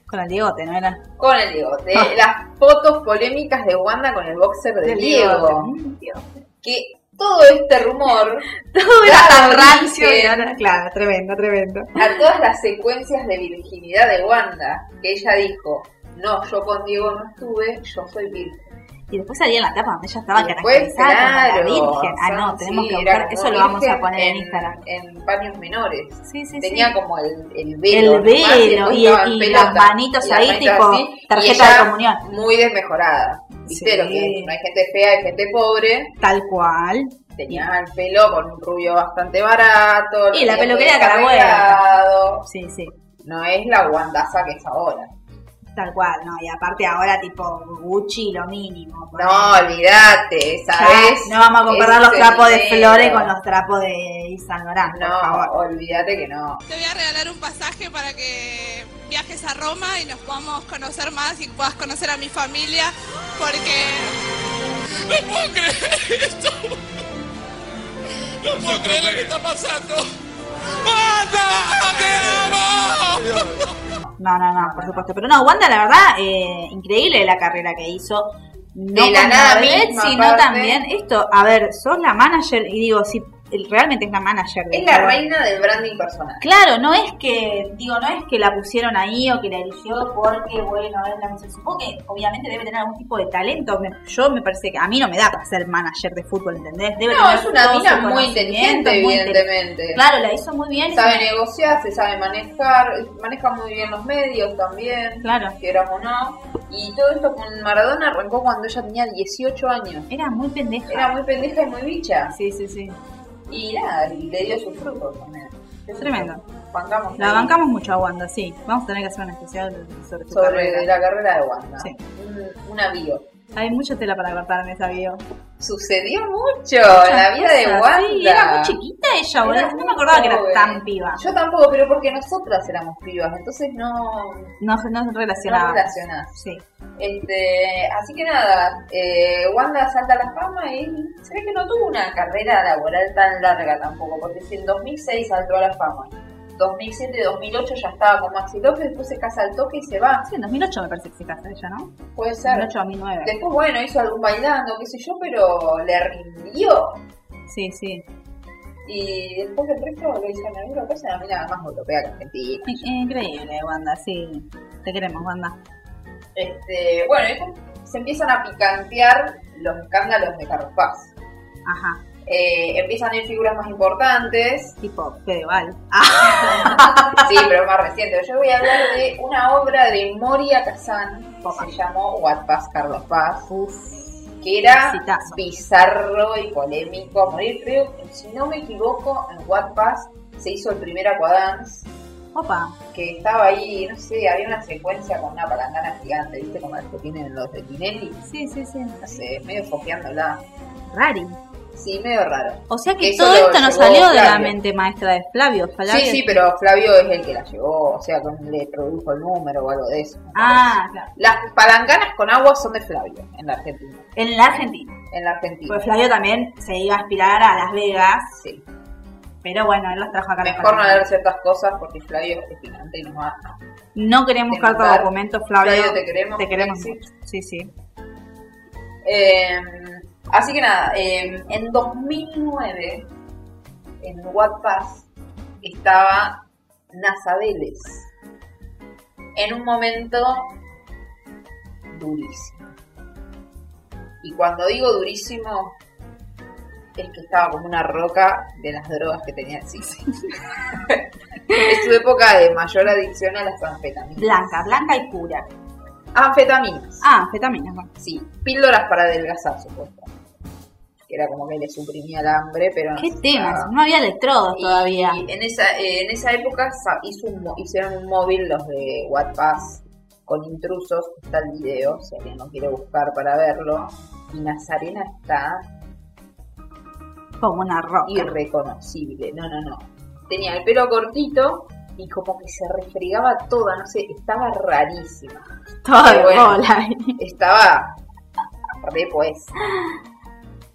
[SPEAKER 2] con el Diegote, ¿no era?
[SPEAKER 4] con el Diego. De
[SPEAKER 2] Ah.
[SPEAKER 4] las fotos polémicas de Wanda con el boxer de
[SPEAKER 2] Del
[SPEAKER 4] Diego,
[SPEAKER 2] Diegote. Mm, Dios.
[SPEAKER 4] que todo este rumor
[SPEAKER 2] Todo era
[SPEAKER 4] Claro,
[SPEAKER 2] tan rancio.
[SPEAKER 4] dicen.
[SPEAKER 2] y ahora- Claro, tremendo, tremendo.
[SPEAKER 4] a todas las secuencias de virginidad de Wanda, que ella dijo, no, yo con Diego no estuve, yo soy virgen.
[SPEAKER 2] Y después salía en la tapa donde ella estaba
[SPEAKER 4] Y después,
[SPEAKER 2] caracterizada
[SPEAKER 4] claro,
[SPEAKER 2] como la virgen. Ah, no,
[SPEAKER 4] son-
[SPEAKER 2] tenemos
[SPEAKER 4] sí,
[SPEAKER 2] que
[SPEAKER 4] era
[SPEAKER 2] buscar.
[SPEAKER 4] como
[SPEAKER 2] Eso lo vamos a
[SPEAKER 4] virgen
[SPEAKER 2] poner en, Instagram.
[SPEAKER 4] En paños menores.
[SPEAKER 2] Sí, sí,
[SPEAKER 4] Tenía
[SPEAKER 2] sí.
[SPEAKER 4] como el, el velo.
[SPEAKER 2] El
[SPEAKER 4] nomás, y,
[SPEAKER 2] velo,
[SPEAKER 4] después
[SPEAKER 2] y-
[SPEAKER 4] estaba en
[SPEAKER 2] y
[SPEAKER 4] pelota.
[SPEAKER 2] las manitos
[SPEAKER 4] Y las
[SPEAKER 2] ahí,
[SPEAKER 4] manitos
[SPEAKER 2] tipo,
[SPEAKER 4] así, y
[SPEAKER 2] tarjeta
[SPEAKER 4] ella
[SPEAKER 2] de comunión.
[SPEAKER 4] Muy desmejorada. ¿Viste
[SPEAKER 2] Sí.
[SPEAKER 4] lo que es? No hay gente fea, hay gente pobre.
[SPEAKER 2] Tal cual.
[SPEAKER 4] Tenía el pelo con un rubio bastante barato. lo
[SPEAKER 2] Y la
[SPEAKER 4] tenía todo
[SPEAKER 2] peluquería Carabuela.
[SPEAKER 4] desarreglado.
[SPEAKER 2] Sí, sí.
[SPEAKER 4] No es la guandaza que es ahora.
[SPEAKER 2] Tal cual, ¿no? Y aparte ahora tipo Gucci lo mínimo. por
[SPEAKER 4] No, olvídate,
[SPEAKER 2] Ya
[SPEAKER 4] ¿sabes?
[SPEAKER 2] No vamos a comparar los
[SPEAKER 4] Ese
[SPEAKER 2] trapos de
[SPEAKER 4] dinero.
[SPEAKER 2] flores con los trapos de Yves Saint Laurent, por
[SPEAKER 4] No,
[SPEAKER 2] favor.
[SPEAKER 4] olvídate que no.
[SPEAKER 11] Te voy a regalar un pasaje para que viajes a Roma y nos podamos conocer más y puedas conocer a mi familia, porque... No puedo creer esto. No puedo creer lo que está pasando. ¡Mata! ¡Te amo!
[SPEAKER 2] No, no, no, por supuesto. Pero no, Wanda, la verdad, eh, increíble la carrera que hizo. No
[SPEAKER 4] De la
[SPEAKER 2] como
[SPEAKER 4] nada
[SPEAKER 2] vedette,
[SPEAKER 4] misma,
[SPEAKER 2] sino
[SPEAKER 4] aparte.
[SPEAKER 2] también esto. A ver, sos la manager y digo, si realmente es la manager. de
[SPEAKER 4] Es la
[SPEAKER 2] Instagram.
[SPEAKER 4] reina del branding personal.
[SPEAKER 2] Claro, no es que, digo, no es que la pusieron ahí o que la eligió porque, bueno, es la que se supo que obviamente debe tener algún tipo de talento. Me- Yo me parece que a mí no me da para ser manager de fútbol, ¿entendés? Debe
[SPEAKER 4] No,
[SPEAKER 2] tener
[SPEAKER 4] es una
[SPEAKER 2] todo
[SPEAKER 4] mina
[SPEAKER 2] su
[SPEAKER 4] muy
[SPEAKER 2] conocimiento,
[SPEAKER 4] inteligente,
[SPEAKER 2] muy
[SPEAKER 4] evidentemente.
[SPEAKER 2] inte- Claro, la hizo muy bien.
[SPEAKER 4] Sabe negociar, se sabe manejar, maneja muy bien los medios también,
[SPEAKER 2] Claro.
[SPEAKER 4] queramos o no. Y todo esto con Maradona arrancó cuando ella tenía 18 años.
[SPEAKER 2] Era muy pendeja.
[SPEAKER 4] Era muy pendeja y muy bicha.
[SPEAKER 2] Sí, sí, sí.
[SPEAKER 4] Y nada, y le dio sus frutos también. Es
[SPEAKER 2] Tremendo.
[SPEAKER 4] Bancamos
[SPEAKER 2] La
[SPEAKER 4] ahí
[SPEAKER 2] bancamos mucho a Wanda, sí. Vamos a tener que hacer un especial sobre su
[SPEAKER 4] sobre
[SPEAKER 2] carrera.
[SPEAKER 4] la carrera de Wanda.
[SPEAKER 2] Sí.
[SPEAKER 4] Un, un avión.
[SPEAKER 2] Hay mucha tela para cortar en esa bio.
[SPEAKER 4] Sucedió mucho en la vida de Wanda.
[SPEAKER 2] Muchas cosas. Sí, era muy chiquita ella,
[SPEAKER 4] Era
[SPEAKER 2] boludo. No me
[SPEAKER 4] muy
[SPEAKER 2] acordaba que era
[SPEAKER 4] joven.
[SPEAKER 2] tan piba.
[SPEAKER 4] Yo tampoco, pero porque nosotras éramos pibas, entonces no, no
[SPEAKER 2] No, no relacionaba.
[SPEAKER 4] relacionás.
[SPEAKER 2] Sí.
[SPEAKER 4] Este, así que nada, eh, Wanda salta a la fama y se ve que no tuvo una carrera laboral tan larga tampoco, porque si en 2006 saltó a la fama, 2007-2008 ya estaba con Maxi López, después se casa al toque y se va,
[SPEAKER 2] Sí, en 2008 me parece que se casa ella, ¿no?
[SPEAKER 4] puede ser.
[SPEAKER 2] 2008 2009.
[SPEAKER 4] Después, bueno, hizo algún bailando, qué sé yo, pero le rindió.
[SPEAKER 2] Sí, sí.
[SPEAKER 4] Y después del resto lo hizo en alguna cosa, una mina más europea que argentina.
[SPEAKER 2] In- Increíble, Wanda, sí. Te queremos, Wanda.
[SPEAKER 4] Este, bueno, y después se empiezan a picantear los escándalos de Carlos Paz.
[SPEAKER 2] Ajá.
[SPEAKER 4] Eh, empiezan a ir figuras más importantes.
[SPEAKER 2] Tipo, Fedeval. Ah,
[SPEAKER 4] Sí, pero más reciente. Yo voy a hablar de una obra de Moria Kazan que se llamó What Paz Carlos Paz,
[SPEAKER 2] uff.
[SPEAKER 4] que era
[SPEAKER 2] Exitazo.
[SPEAKER 4] bizarro y polémico. a Morir, creo, que, si no me equivoco, en What Paz se hizo el primer Aquadance,
[SPEAKER 2] Opa.
[SPEAKER 4] que estaba ahí, no sé, había una secuencia con una palangana gigante, ¿viste? Como las que tienen los de Tinelli,
[SPEAKER 2] Sí, sí, sí.
[SPEAKER 4] no sé, medio foqueándola.
[SPEAKER 2] Rari.
[SPEAKER 4] Sí, medio raro.
[SPEAKER 2] O sea que
[SPEAKER 4] Eso
[SPEAKER 2] todo
[SPEAKER 4] lo
[SPEAKER 2] esto nos
[SPEAKER 4] llevó
[SPEAKER 5] salió
[SPEAKER 2] salió de la
[SPEAKER 4] Flavio.
[SPEAKER 2] mente maestra de Flavio. Flavio.
[SPEAKER 4] Sí, sí, pero Flavio es el que la llevó, o sea, con- le produjo el número o algo de eso. me
[SPEAKER 2] Ah, claro.
[SPEAKER 4] Las palanganas con agua son de Flavio en la Argentina.
[SPEAKER 2] En la Argentina.
[SPEAKER 4] En la Argentina.
[SPEAKER 2] Pues Flavio también se iba a aspirar a Las Vegas,
[SPEAKER 4] sí.
[SPEAKER 2] pero bueno, él los trajo acá. a la
[SPEAKER 4] Mejor no
[SPEAKER 2] Argentina.
[SPEAKER 4] leer ciertas cosas porque Flavio es gigante y nos va a...
[SPEAKER 2] No queremos
[SPEAKER 4] Demandar.
[SPEAKER 2] carta de documentos, Flavio.
[SPEAKER 4] Flavio, te queremos,
[SPEAKER 2] Te queremos
[SPEAKER 4] Maxi.
[SPEAKER 2] mucho. Sí, sí.
[SPEAKER 4] Eh, así que nada, eh, en 2009, en WhatsApp estaba Nasa Vélez. En un momento durísimo. Y cuando digo durísimo, es que estaba como una roca de las drogas que tenía el Sisi. es su época de mayor adicción a las anfetaminas.
[SPEAKER 2] Blanca, blanca y pura.
[SPEAKER 4] Anfetaminas.
[SPEAKER 2] Ah, anfetaminas, bueno.
[SPEAKER 4] Sí, píldoras para adelgazar, supuesto. Que era como que le suprimía el hambre, pero... no
[SPEAKER 2] ¿Qué
[SPEAKER 4] se
[SPEAKER 2] temas?
[SPEAKER 4] usaba.
[SPEAKER 2] No había electrodos
[SPEAKER 4] Ah, Y-
[SPEAKER 2] todavía.
[SPEAKER 4] y en esa, eh, en esa época sa- hizo un mo- hicieron un móvil los de WhatsApp con intrusos, está el video, si alguien lo quiere buscar para verlo. Y Nazarena está
[SPEAKER 2] Como una roca.
[SPEAKER 4] irreconocible, no, no, no. Tenía el pelo cortito y como que se refregaba toda, no sé, estaba rarísima.
[SPEAKER 2] Todo de
[SPEAKER 4] Pero bueno.
[SPEAKER 2] bola.
[SPEAKER 4] Estaba re pues,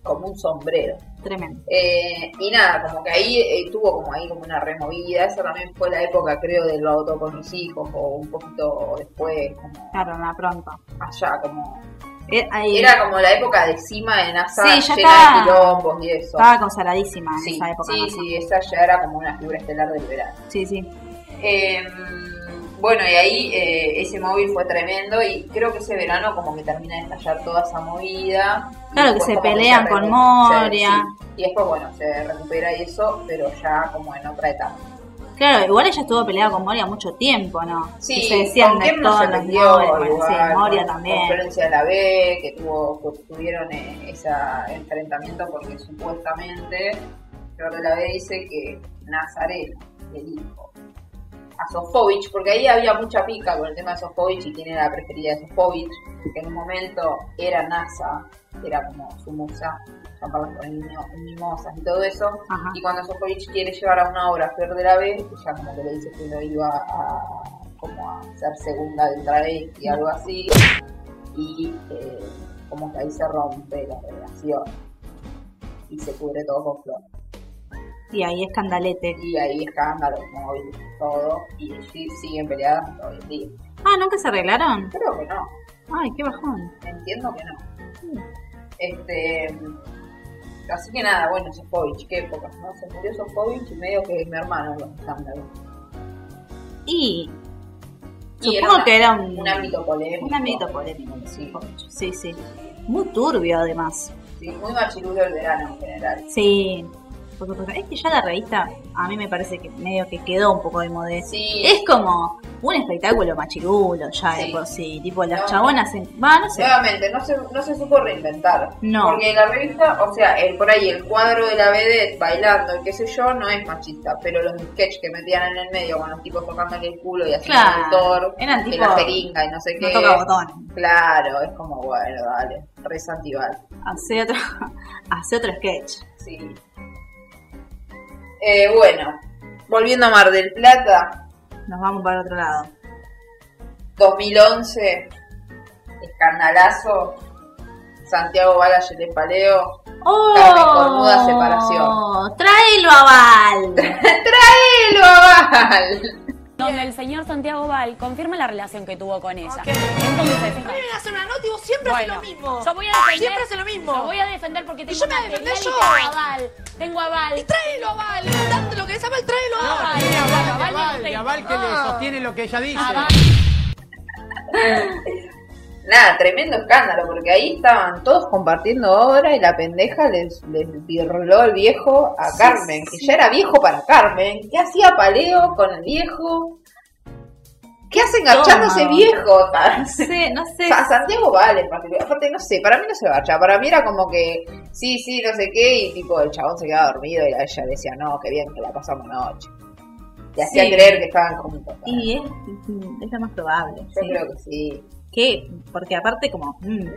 [SPEAKER 4] como un sombrero.
[SPEAKER 2] Tremendo.
[SPEAKER 4] Eh, y nada, como que ahí eh, tuvo como ahí como una removida, esa también fue la época creo de lo auto con mis hijos o un poquito después, como
[SPEAKER 2] Claro, la pronto.
[SPEAKER 4] allá, como...
[SPEAKER 2] Eh, ahí
[SPEAKER 4] Era como la época de encima de NASA
[SPEAKER 2] Sí, ya
[SPEAKER 4] llena
[SPEAKER 2] estaba-
[SPEAKER 4] de quilombos y eso.
[SPEAKER 2] Estaba consaladísima en
[SPEAKER 4] sí,
[SPEAKER 2] esa época.
[SPEAKER 4] sí,
[SPEAKER 2] ¿no?
[SPEAKER 4] sí, esa ya era como una figura estelar del verano.
[SPEAKER 2] sí, sí.
[SPEAKER 4] Eh, bueno, y ahí eh, ese móvil fue tremendo y creo que ese verano como que termina de estallar toda esa movida. Y
[SPEAKER 2] Claro, que
[SPEAKER 4] después
[SPEAKER 2] se
[SPEAKER 4] como
[SPEAKER 2] pelean
[SPEAKER 4] se
[SPEAKER 2] con
[SPEAKER 4] recu-
[SPEAKER 2] Moria.
[SPEAKER 4] se- sí. Y después, bueno, se recupera y eso, pero ya como en otra etapa.
[SPEAKER 2] Claro, igual ella estuvo peleada con Moria mucho tiempo, ¿no?
[SPEAKER 4] Sí,
[SPEAKER 2] Que se decían
[SPEAKER 4] ¿con
[SPEAKER 2] de
[SPEAKER 4] quién no
[SPEAKER 2] todos
[SPEAKER 4] se
[SPEAKER 2] los
[SPEAKER 4] peleó
[SPEAKER 2] nombres. bueno, sí,
[SPEAKER 4] igual?
[SPEAKER 2] Moria
[SPEAKER 4] Con- Con
[SPEAKER 2] también.
[SPEAKER 4] Florencia de la B, que tuvo, que tuvieron eh, esa- ese enfrentamiento porque supuestamente Flor de la B dice que Nazareno, el hijo, a Sofovich, porque ahí había mucha pica con el tema de Sofovich y quién era la preferida de Sofovich, que en un momento era NASA, que era como su musa, San Carlos Niño, Mimosas y todo eso,
[SPEAKER 2] Ajá.
[SPEAKER 4] y cuando Sofovich quiere llevar a una obra a Flor de la B, ella como que le dice que no iba a como a ser segunda del travesti y algo así, y eh, como que ahí se rompe la relación y se cubre todo con Flor
[SPEAKER 2] Y ahí escandalete.
[SPEAKER 4] y ahí escándalos, móviles, todo, y sí, siguen peleadas hasta hoy en día.
[SPEAKER 2] Ah, ¿nunca se arreglaron?
[SPEAKER 4] Creo que no,
[SPEAKER 2] Ay, qué bajón.
[SPEAKER 4] entiendo que no. Este, así que nada, bueno, Sofovich, qué época, ¿no? Se murió Sofovich y medio que mi hermano los escándalos.
[SPEAKER 2] Y
[SPEAKER 4] Y
[SPEAKER 2] Supongo que era un-
[SPEAKER 4] un ámbito polémico.
[SPEAKER 2] un ámbito polémico,
[SPEAKER 4] sí.
[SPEAKER 2] sí, sí. Muy turbio además.
[SPEAKER 4] sí muy machirulo el verano en general.
[SPEAKER 2] Sí. Porque, porque es que ya la revista, a mí me parece que medio que quedó un poco de modestia.
[SPEAKER 4] Sí,
[SPEAKER 2] Es como un espectáculo machirulo ya de
[SPEAKER 4] Sí.
[SPEAKER 2] por sí. Tipo, las
[SPEAKER 4] No.
[SPEAKER 2] chabonas en. Va, no sé.
[SPEAKER 4] Nuevamente, no se, no se supo reinventar.
[SPEAKER 2] No.
[SPEAKER 4] Porque la revista, o sea, el, por ahí el cuadro de la vedette bailando y qué sé yo, no es machista. Pero los sketch que metían en el medio con los tipos tocándole el culo y haciendo
[SPEAKER 2] Claro.
[SPEAKER 4] el toro,
[SPEAKER 2] Eran
[SPEAKER 4] y
[SPEAKER 2] tipo-
[SPEAKER 4] la jeringa y no sé
[SPEAKER 2] No
[SPEAKER 4] qué.
[SPEAKER 2] toca botón.
[SPEAKER 4] Claro, es como, bueno, dale, re santival.
[SPEAKER 2] Hace otro, hace otro sketch.
[SPEAKER 4] Sí. Eh, bueno, volviendo a Mar del Plata,
[SPEAKER 2] Nos vamos para otro lado.
[SPEAKER 4] 2011, escandalazo, Santiago Balayet de Paleo.
[SPEAKER 2] ¡Oh!
[SPEAKER 4] Carne cornuda, separación.
[SPEAKER 2] ¡Tráelo a Val!
[SPEAKER 4] ¡Traelo a Val!
[SPEAKER 12] Donde el señor Santiago Val confirma la relación que tuvo con ella. Entonces,
[SPEAKER 11] hace una nota y vos siempre haces
[SPEAKER 12] bueno,
[SPEAKER 11] lo mismo.
[SPEAKER 12] yo voy a defender.
[SPEAKER 11] Siempre hace lo mismo.
[SPEAKER 12] Lo voy a defender porque tengo
[SPEAKER 11] yo me voy a
[SPEAKER 12] material
[SPEAKER 11] defender
[SPEAKER 12] y
[SPEAKER 11] yo.
[SPEAKER 12] tengo a Val. Tengo a Val.
[SPEAKER 11] Y tráelo a Val, tanto lo que es a Val, tráelo
[SPEAKER 12] No,
[SPEAKER 11] a Val.
[SPEAKER 12] Val, no, Val, este, ah. Val, no tengo.
[SPEAKER 11] que le sostiene
[SPEAKER 13] lo que ella dice.
[SPEAKER 12] A Val.
[SPEAKER 4] Nada, tremendo escándalo, porque ahí estaban todos compartiendo obra y la pendeja les, les birló el viejo a Carmen, que ya era viejo para Carmen. ¿Qué hacía Paleo con el viejo? ¿Qué hace enganchándose
[SPEAKER 2] Toma.
[SPEAKER 4] viejo? A
[SPEAKER 2] No sé, no sé.
[SPEAKER 4] Santiago vale, en particular. aparte no sé, para mí no se garcha, para mí era como que sí, sí, no sé qué, y tipo el chabón se quedaba dormido y la- ella decía, no, qué bien que la pasamos noche. Y hacía
[SPEAKER 2] Sí.
[SPEAKER 4] creer que estaban comiendo.
[SPEAKER 2] Y es, es lo más probable.
[SPEAKER 4] Yo
[SPEAKER 2] sí.
[SPEAKER 4] creo que sí.
[SPEAKER 2] ¿Qué? Porque aparte, como. mm,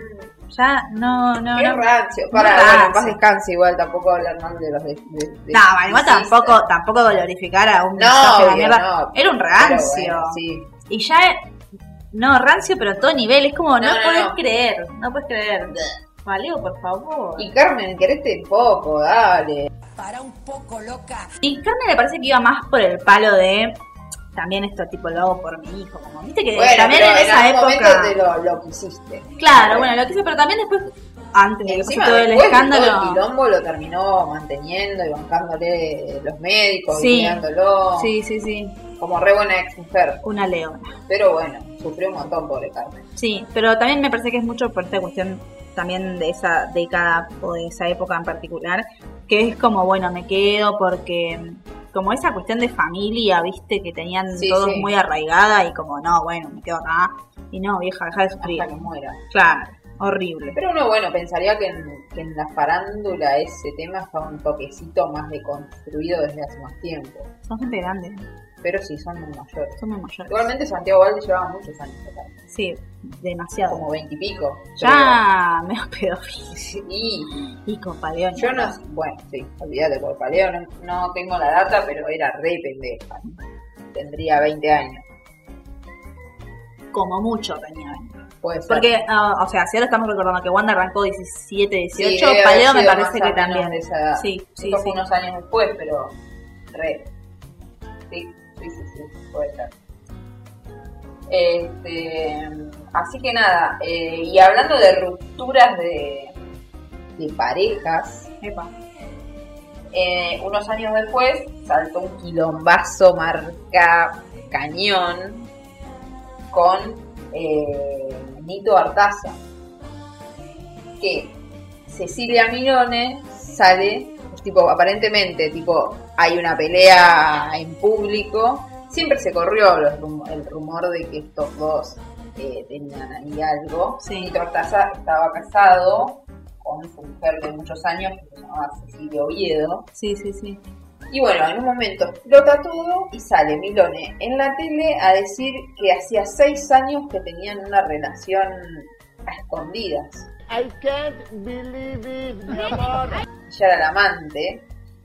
[SPEAKER 2] ya no, no,
[SPEAKER 4] Qué
[SPEAKER 2] no.
[SPEAKER 4] rancio.
[SPEAKER 2] Qué
[SPEAKER 4] Para, bueno, en paz
[SPEAKER 2] rancio.
[SPEAKER 4] descanse igual, tampoco hablar mal de los de. de, de-
[SPEAKER 2] No, bueno, igual
[SPEAKER 4] de-
[SPEAKER 2] tampoco, tampoco glorificar a un
[SPEAKER 4] No,
[SPEAKER 2] misógino de
[SPEAKER 4] obvio,
[SPEAKER 2] mierda.
[SPEAKER 4] no.
[SPEAKER 2] Era un
[SPEAKER 4] Pero
[SPEAKER 2] rancio.
[SPEAKER 4] bueno, sí.
[SPEAKER 2] Y ya, no, rancio, pero a todo nivel. Es como, no,
[SPEAKER 4] No, no,
[SPEAKER 2] puedes
[SPEAKER 4] no.
[SPEAKER 2] creer, no puedes creer. Valeo, por favor. Y,
[SPEAKER 4] Y Carmen, querete un poco, dale.
[SPEAKER 6] Para un poco, loca.
[SPEAKER 2] Carmen me parece que iba más por el palo de. También esto tipo lo hago por mi hijo. Como, viste que
[SPEAKER 4] Bueno,
[SPEAKER 2] Eh, también
[SPEAKER 4] pero
[SPEAKER 2] en
[SPEAKER 4] en
[SPEAKER 2] esa
[SPEAKER 4] algún
[SPEAKER 2] época.
[SPEAKER 4] momento te lo, lo quisiste.
[SPEAKER 2] Claro, bueno, lo que hice, pero también después, antes de que pase
[SPEAKER 4] Encima
[SPEAKER 2] todo el
[SPEAKER 4] después de todo
[SPEAKER 2] escándalo.
[SPEAKER 4] el quilombo lo terminó manteniendo y bancándole los médicos
[SPEAKER 2] Sí.
[SPEAKER 4] y cuidándolo.
[SPEAKER 2] Sí, sí, sí.
[SPEAKER 4] Como re buena ex mujer.
[SPEAKER 2] Una leona.
[SPEAKER 4] Pero bueno, sufrió un montón, pobre Carmen.
[SPEAKER 2] Sí, pero también me parece que es mucho por esta cuestión también de esa década o de esa época en particular, que es como, bueno, me quedo porque como esa cuestión de familia, viste, que tenían
[SPEAKER 4] Sí,
[SPEAKER 2] todos
[SPEAKER 4] sí.
[SPEAKER 2] muy arraigada y como, no, bueno, me quedo acá. Y no, vieja, deja de sufrir.
[SPEAKER 4] Hasta que muera.
[SPEAKER 2] Claro, horrible.
[SPEAKER 4] Pero uno, bueno, pensaría que en, que en la farándula ese tema está un toquecito más deconstruido desde hace más tiempo.
[SPEAKER 2] Son gente grande,
[SPEAKER 4] Pero sí, son muy mayores.
[SPEAKER 2] son muy mayores.
[SPEAKER 4] Igualmente Santiago Valde llevaba muchos años acá,
[SPEAKER 2] Sí, demasiado.
[SPEAKER 4] como veintipico.
[SPEAKER 2] ya, me pedófilo.
[SPEAKER 4] Y
[SPEAKER 2] Y con paleón.
[SPEAKER 4] yo no... Bueno, sí, olvídate, por paleo no, no tengo la data, pero era re pendeja. Tendría 20 años.
[SPEAKER 2] Como mucho tenía.
[SPEAKER 4] Puede ser.
[SPEAKER 2] Porque, ah, o sea, si ahora estamos recordando que Wanda arrancó 17, 18,
[SPEAKER 4] Sí, debe
[SPEAKER 2] Paleo
[SPEAKER 4] haber
[SPEAKER 2] me
[SPEAKER 4] sido
[SPEAKER 2] parece
[SPEAKER 4] más
[SPEAKER 2] que
[SPEAKER 4] o menos
[SPEAKER 2] también.
[SPEAKER 4] de esa edad.
[SPEAKER 2] Sí, sí,
[SPEAKER 4] Esto fue
[SPEAKER 2] sí.
[SPEAKER 4] unos años después, pero re. Sí, sí, sí, sí, puede ser. Este, así que nada, eh, y hablando de rupturas de, de parejas, eh, unos años después saltó un quilombazo marca cañón con eh, Nito Artaza, que Cecilia Milone sale, tipo, aparentemente, tipo, hay una pelea en público. Siempre se corrió los rum- el rumor de que estos dos eh, tenían ahí algo.
[SPEAKER 2] Sí.
[SPEAKER 4] Y Tortaza estaba casado con su mujer de muchos años, que se llamaba Cecilia Oviedo.
[SPEAKER 2] Sí, sí, sí.
[SPEAKER 4] Y bueno, en un momento explota todo y sale Milone en la tele a decir que hacía seis años que tenían una relación a escondidas.
[SPEAKER 3] I can't believe it, mi amor.
[SPEAKER 4] Ella era la amante,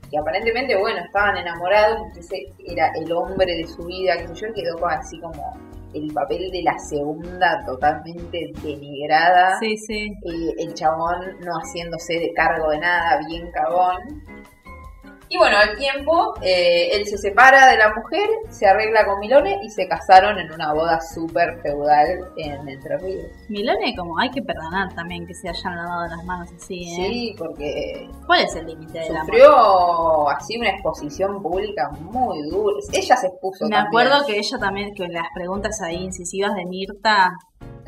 [SPEAKER 4] que aparentemente, bueno, estaban enamorados, entonces era el hombre de su vida, que yo, y quedó como así como el papel de la segunda totalmente denigrada.
[SPEAKER 2] Sí, sí.
[SPEAKER 4] Eh, el chabón no haciéndose de cargo de nada, bien cagón. Y bueno, al tiempo eh, él se separa de la mujer, se arregla con Milone y se casaron en una boda súper feudal en Entre Ríos.
[SPEAKER 2] Milone, como hay que perdonar también que se hayan lavado las manos así, ¿eh?
[SPEAKER 4] Sí, porque
[SPEAKER 2] ¿Cuál es el límite del amor?
[SPEAKER 4] sufrió así una exposición pública muy dura. Ella se expuso
[SPEAKER 2] Me
[SPEAKER 4] también.
[SPEAKER 2] acuerdo que ella también, que las preguntas ahí incisivas de Mirta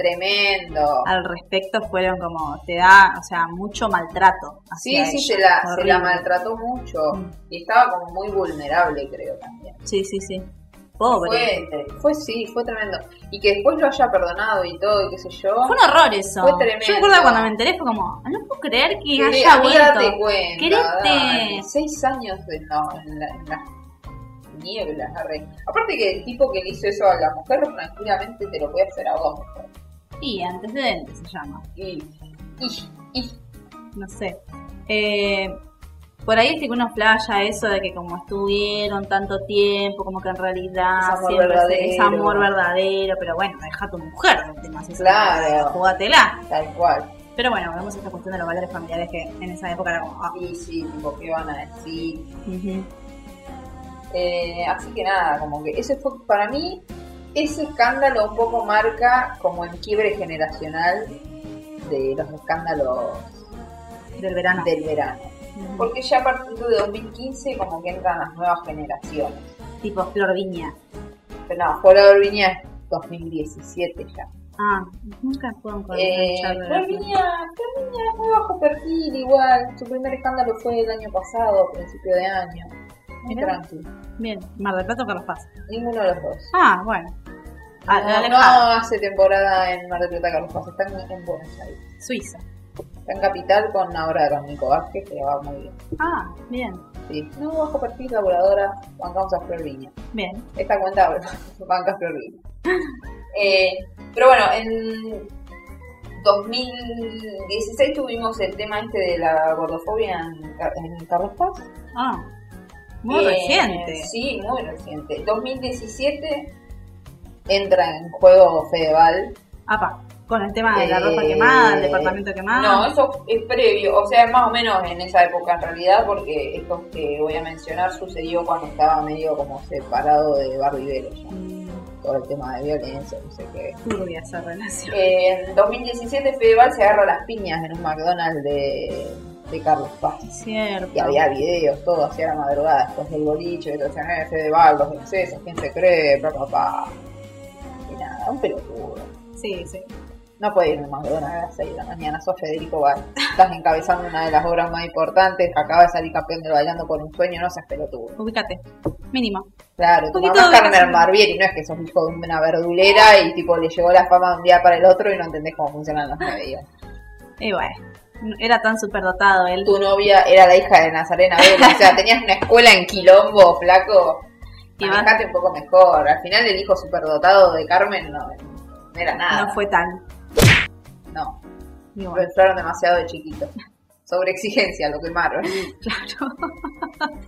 [SPEAKER 4] Tremendo.
[SPEAKER 2] al respecto fueron como, te da, o sea, mucho maltrato.
[SPEAKER 4] Sí,
[SPEAKER 2] hacia
[SPEAKER 4] sí,
[SPEAKER 2] ella.
[SPEAKER 4] se la, se
[SPEAKER 2] Horrible. Mm.
[SPEAKER 4] la maltrató mucho y estaba como muy vulnerable, creo también.
[SPEAKER 2] Sí, sí, sí. Pobre. Fue,
[SPEAKER 4] Fue, fue, sí, fue tremendo. Y que después lo haya perdonado y todo, y qué sé yo.
[SPEAKER 2] un horror eso.
[SPEAKER 4] Fue tremendo.
[SPEAKER 2] Yo recuerdo cuando me enteré fue como, "Ah, no puedo creer que
[SPEAKER 4] Sí,
[SPEAKER 2] haya
[SPEAKER 4] amiga, date
[SPEAKER 2] vuelto.
[SPEAKER 4] cuenta,
[SPEAKER 2] Querete.
[SPEAKER 4] dale. Seis años de no, en, la, en las nieblas, arre. Aparte que el tipo que le hizo eso a la mujer, tranquilamente te lo puede hacer a vos. mujer.
[SPEAKER 2] Y antecedentes se llama.
[SPEAKER 4] Y, y, y,
[SPEAKER 2] no sé. Eh, por ahí sí que uno playa eso de que como estuvieron tanto tiempo, como que en realidad
[SPEAKER 4] Es amor
[SPEAKER 2] siempre
[SPEAKER 4] verdadero.
[SPEAKER 2] se- es amor verdadero, pero bueno, deja a tu mujer no te más
[SPEAKER 4] Claro.
[SPEAKER 2] jugátela.
[SPEAKER 4] tal cual.
[SPEAKER 2] Pero bueno, volvemos a esta cuestión de los valores familiares que en esa época era como, ah,
[SPEAKER 4] Y sí, tipo, ¿qué van a decir?
[SPEAKER 2] ujú.
[SPEAKER 4] Eh, así que nada, como que ese fue para mí, ese escándalo un poco marca como el quiebre generacional de los escándalos
[SPEAKER 2] del verano.
[SPEAKER 4] del verano.
[SPEAKER 2] Ujú.
[SPEAKER 4] Porque ya a partir de 2015 como que entran las nuevas generaciones.
[SPEAKER 2] Tipo Flor Viña.
[SPEAKER 4] Pero no, Flor Viña es 2017 ya.
[SPEAKER 2] Ah, nunca puedo encontrar.
[SPEAKER 4] Eh,
[SPEAKER 2] el chat de
[SPEAKER 4] Flor
[SPEAKER 2] la-
[SPEAKER 4] Viña, Flor Viña es muy bajo perfil igual. Su primer escándalo fue el año pasado, a principio de año. Muy
[SPEAKER 2] Mirá.
[SPEAKER 4] tranquilo.
[SPEAKER 2] Bien, Mar del Plata o Carlos Paz.
[SPEAKER 4] Ninguno de los dos.
[SPEAKER 2] Ah, bueno. Ah, la
[SPEAKER 4] no, no
[SPEAKER 2] alejada.
[SPEAKER 4] hace temporada en Mar del Plata Carlos Paz, está en, en Buenos Aires.
[SPEAKER 2] Suiza.
[SPEAKER 4] Está en Capital con ahora con Nico Vázquez, que le va muy bien.
[SPEAKER 2] Ah, bien,
[SPEAKER 4] Sí. No, bajo perfil, laboradora, bancamos a Flor Viña.
[SPEAKER 2] bien.
[SPEAKER 4] Esta cuenta banca Flor Viña. Eh, pero bueno, en 2016 tuvimos el tema este de la gordofobia en, Ca- en Carlos Paz.
[SPEAKER 2] Ah, muy
[SPEAKER 4] Eh,
[SPEAKER 2] reciente.
[SPEAKER 4] Sí, muy reciente. 2017 entra en juego Fedeval.
[SPEAKER 2] Apa, con el tema de la
[SPEAKER 4] Eh,
[SPEAKER 2] ropa quemada, el departamento
[SPEAKER 4] No,
[SPEAKER 2] quemado.
[SPEAKER 4] eso es previo, o sea, es más o menos en esa época en realidad, porque esto que voy a mencionar sucedió cuando estaba medio como separado de Barbie Vélez, ya.
[SPEAKER 2] Mm,
[SPEAKER 4] todo el tema de violencia, no sé qué.
[SPEAKER 2] Turbia esa relación.
[SPEAKER 4] Eh, En 2017 Fedeval se agarra las piñas en un McDonald's de, de Carlos Paz.
[SPEAKER 2] Es cierto.
[SPEAKER 4] Y había videos, todo hacia la madrugada, después del boliche, que te decían, eh, Fedeval, los excesos, quién se cree, papá, papá. Y nada, un pelotudo.
[SPEAKER 2] Sí, sí.
[SPEAKER 4] No puede irme más McDonald's a las 6 de la mañana, sos Federico Val. Estás encabezando una de las obras más importantes, acaba de salir campeón del bailando por un sueño, no seas pelotudo.
[SPEAKER 2] Ubícate. Mínimo.
[SPEAKER 4] Claro, tu
[SPEAKER 2] Poquito
[SPEAKER 4] mamá es
[SPEAKER 2] de
[SPEAKER 4] Carmen
[SPEAKER 2] educación.
[SPEAKER 4] Barbieri, no es que sos hijo de una verdulera y tipo le llegó la fama de un día para el otro y no entendés cómo funcionan las medidas.
[SPEAKER 2] Y bueno, era tan superdotado él.
[SPEAKER 4] Tu novia era la hija de Nazarena Vélez, o sea, tenías una escuela en quilombo, flaco.
[SPEAKER 2] Y
[SPEAKER 4] Y manejate un poco mejor. Al final el hijo superdotado de Carmen no, no era nada.
[SPEAKER 2] No fue tan.
[SPEAKER 4] No,
[SPEAKER 2] Y
[SPEAKER 4] lo
[SPEAKER 2] bueno,
[SPEAKER 4] inflaron demasiado de chiquito. Sobre exigencia, lo quemaron.
[SPEAKER 2] claro.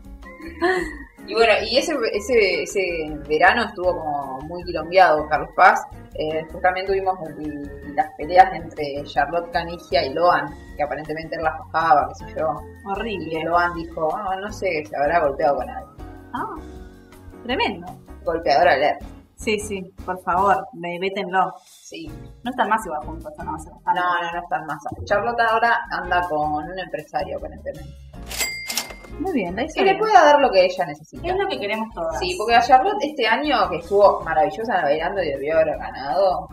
[SPEAKER 4] Y bueno, y ese, ese, ese verano estuvo como muy quilombiado Carlos Paz. Eh, después también tuvimos el- las peleas entre Charlotte Canigia y Loan, que aparentemente él las bajaba, qué sé yo. Y que
[SPEAKER 2] Horrible.
[SPEAKER 4] Loan dijo, "Ah, no sé, se habrá golpeado con alguien.
[SPEAKER 2] Ah, tremendo.
[SPEAKER 4] Golpeador alert,
[SPEAKER 2] Sí, sí, por favor, ve- vétenlo.
[SPEAKER 4] sí.
[SPEAKER 2] No están más igual juntos, no va a ser
[SPEAKER 4] No,
[SPEAKER 2] bastante.
[SPEAKER 4] no, no están más. Charlotte ahora anda con un empresario, aparentemente.
[SPEAKER 2] Muy bien, la hizo
[SPEAKER 4] Que le
[SPEAKER 2] bien.
[SPEAKER 4] pueda dar lo que ella necesita.
[SPEAKER 2] Ah. Es lo que queremos todos.
[SPEAKER 4] Sí, porque a Charlotte este año que estuvo maravillosa en el bailando y debió haber ganado,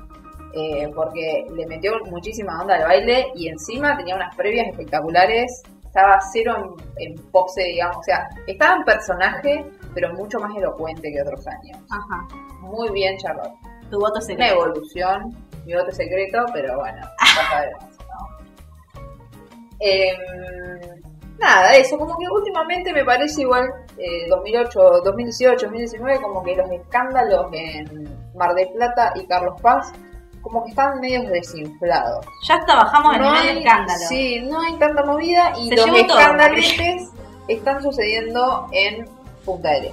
[SPEAKER 4] eh, porque le metió muchísima onda al baile y encima tenía unas previas espectaculares, estaba cero en, en pose, digamos, o sea, estaba en personaje, pero mucho más elocuente que otros años.
[SPEAKER 2] Ajá.
[SPEAKER 4] Muy bien, Charlotte.
[SPEAKER 2] Tu voto
[SPEAKER 4] Una
[SPEAKER 2] secreto.
[SPEAKER 4] evolución, mi voto secreto, pero bueno, ya sabemos, ¿no? Em, nada, eso, como que últimamente me parece igual eh, 2008, 2018, 2019, como que los escándalos en Mar del Plata y Carlos Paz, como que están medios desinflados.
[SPEAKER 2] Ya hasta bajamos el nivel de
[SPEAKER 4] hay-
[SPEAKER 2] escándalo.
[SPEAKER 4] Sí, no hay tanta movida y
[SPEAKER 2] Se
[SPEAKER 4] los
[SPEAKER 2] llevó todo,
[SPEAKER 4] escandaletes están sucediendo en Punta Aire.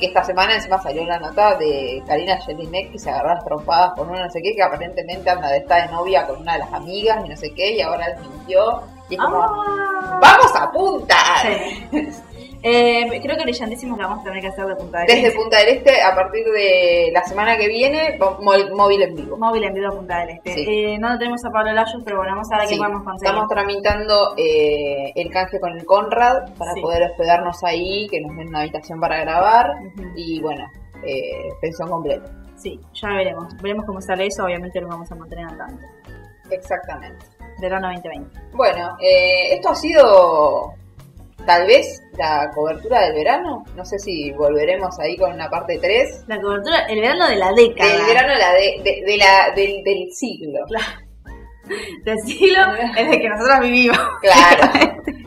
[SPEAKER 4] Que esta semana encima salió la nota de Karina Jelinek que se agarró a las trompadas con una no sé qué, que aparentemente anda de está de novia con una de las amigas y no sé qué, y ahora mintió. Y es como,
[SPEAKER 2] Ah.
[SPEAKER 4] ¡vamos a Punta!
[SPEAKER 2] Sí. Eh, creo que brillantísimos la vamos a tener que hacer de punta del
[SPEAKER 4] Desde
[SPEAKER 2] Este.
[SPEAKER 4] Punta del Este, a partir de la semana que viene, mo- mo- móvil en vivo.
[SPEAKER 2] Móvil en vivo a punta del este.
[SPEAKER 4] Sí.
[SPEAKER 2] Eh, no lo tenemos a Pablo Layos, pero bueno, vamos a ver qué
[SPEAKER 4] Sí,
[SPEAKER 2] podemos conseguir.
[SPEAKER 4] Estamos tramitando eh, el canje con el Conrad para
[SPEAKER 2] Sí.
[SPEAKER 4] poder hospedarnos ahí, que nos den una habitación para grabar
[SPEAKER 2] Ujú.
[SPEAKER 4] y bueno, eh, pensión completa.
[SPEAKER 2] Sí, ya veremos. Veremos cómo sale eso, obviamente lo vamos a mantener al tanto.
[SPEAKER 4] Exactamente.
[SPEAKER 2] Verano 2020.
[SPEAKER 4] Bueno, eh, esto ha sido tal vez la cobertura del verano. No sé si volveremos ahí con una parte 3.
[SPEAKER 2] La cobertura, el verano de la década.
[SPEAKER 4] Del verano la de, de- de la, del, del siglo.
[SPEAKER 2] Del siglo en el que nosotros vivimos.
[SPEAKER 4] Claro.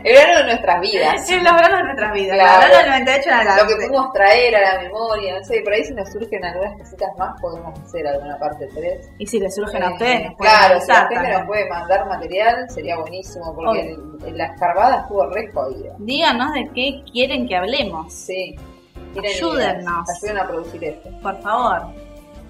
[SPEAKER 4] el verano de nuestras vidas.
[SPEAKER 2] En los veranos de nuestras vidas.
[SPEAKER 4] Claro.
[SPEAKER 2] El verano del 98 era la
[SPEAKER 4] lo que pudimos traer a la memoria, no sé, por ahí si nos surgen algunas cositas más, podemos hacer alguna parte 3.
[SPEAKER 2] Y si les surgen a ustedes, nos pueden
[SPEAKER 4] claro, si
[SPEAKER 2] avisar
[SPEAKER 4] la gente
[SPEAKER 2] también.
[SPEAKER 4] nos puede mandar material, sería buenísimo, porque el- el- la escarbada estuvo re jodida.
[SPEAKER 2] Díganos de qué quieren que hablemos,
[SPEAKER 4] Sí. Tienen
[SPEAKER 2] Ayúdennos.
[SPEAKER 4] ideas, Ayuden a producir esto.
[SPEAKER 2] por favor.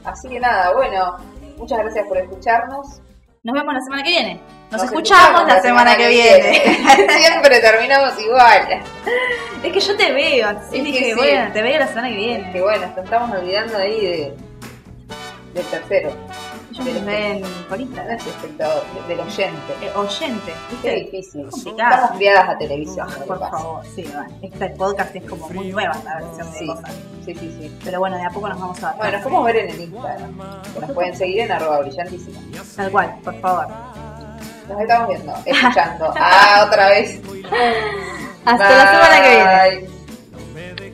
[SPEAKER 4] Así que nada, bueno, muchas gracias por escucharnos.
[SPEAKER 2] Nos vemos la semana que viene. Nos, escuchamos, la semana, que viene.
[SPEAKER 4] Siempre terminamos igual.
[SPEAKER 2] Es que yo te veo, así
[SPEAKER 4] Es que
[SPEAKER 2] dije,
[SPEAKER 4] sí.
[SPEAKER 2] bueno, te veo la semana que viene.
[SPEAKER 4] Que bueno, nos estamos olvidando ahí de, del tercero,
[SPEAKER 2] Ellos me ven por
[SPEAKER 4] no
[SPEAKER 2] Instagram.
[SPEAKER 4] es espectador, de- del oyente.
[SPEAKER 2] Eh, oyente,
[SPEAKER 4] Qué
[SPEAKER 2] ¿viste?
[SPEAKER 4] difícil.
[SPEAKER 2] complicado.
[SPEAKER 4] Estamos criadas a televisión. lo que
[SPEAKER 2] Por
[SPEAKER 4] pasa.
[SPEAKER 2] favor, sí, bueno. Este podcast es como muy nueva la versión
[SPEAKER 4] Sí.
[SPEAKER 2] de cosas.
[SPEAKER 4] Sí, sí, sí.
[SPEAKER 2] Pero bueno, de a poco nos vamos a
[SPEAKER 4] Bueno,
[SPEAKER 2] adaptar.
[SPEAKER 4] nos podemos ver en el Instagram. Que nos pueden seguir en arroba brillantísima.
[SPEAKER 2] Tal cual, por favor.
[SPEAKER 4] Nos estamos viendo, escuchando. Ah, otra vez.
[SPEAKER 2] Hasta la semana que viene.
[SPEAKER 4] Bye.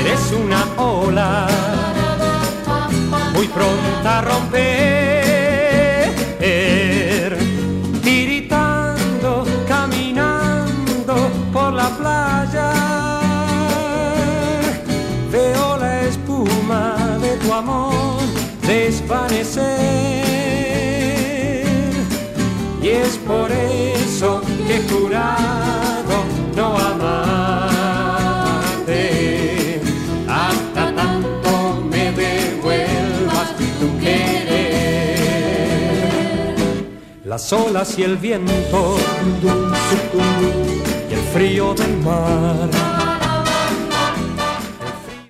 [SPEAKER 13] Eres una ola muy pronta a romper, tiritando, caminando por la playa. Veo la espuma de tu amor desvanecer. Y es por eso que he jurado no amarte hasta tanto me devuelvas tu querer. Las olas y el viento y el frío del mar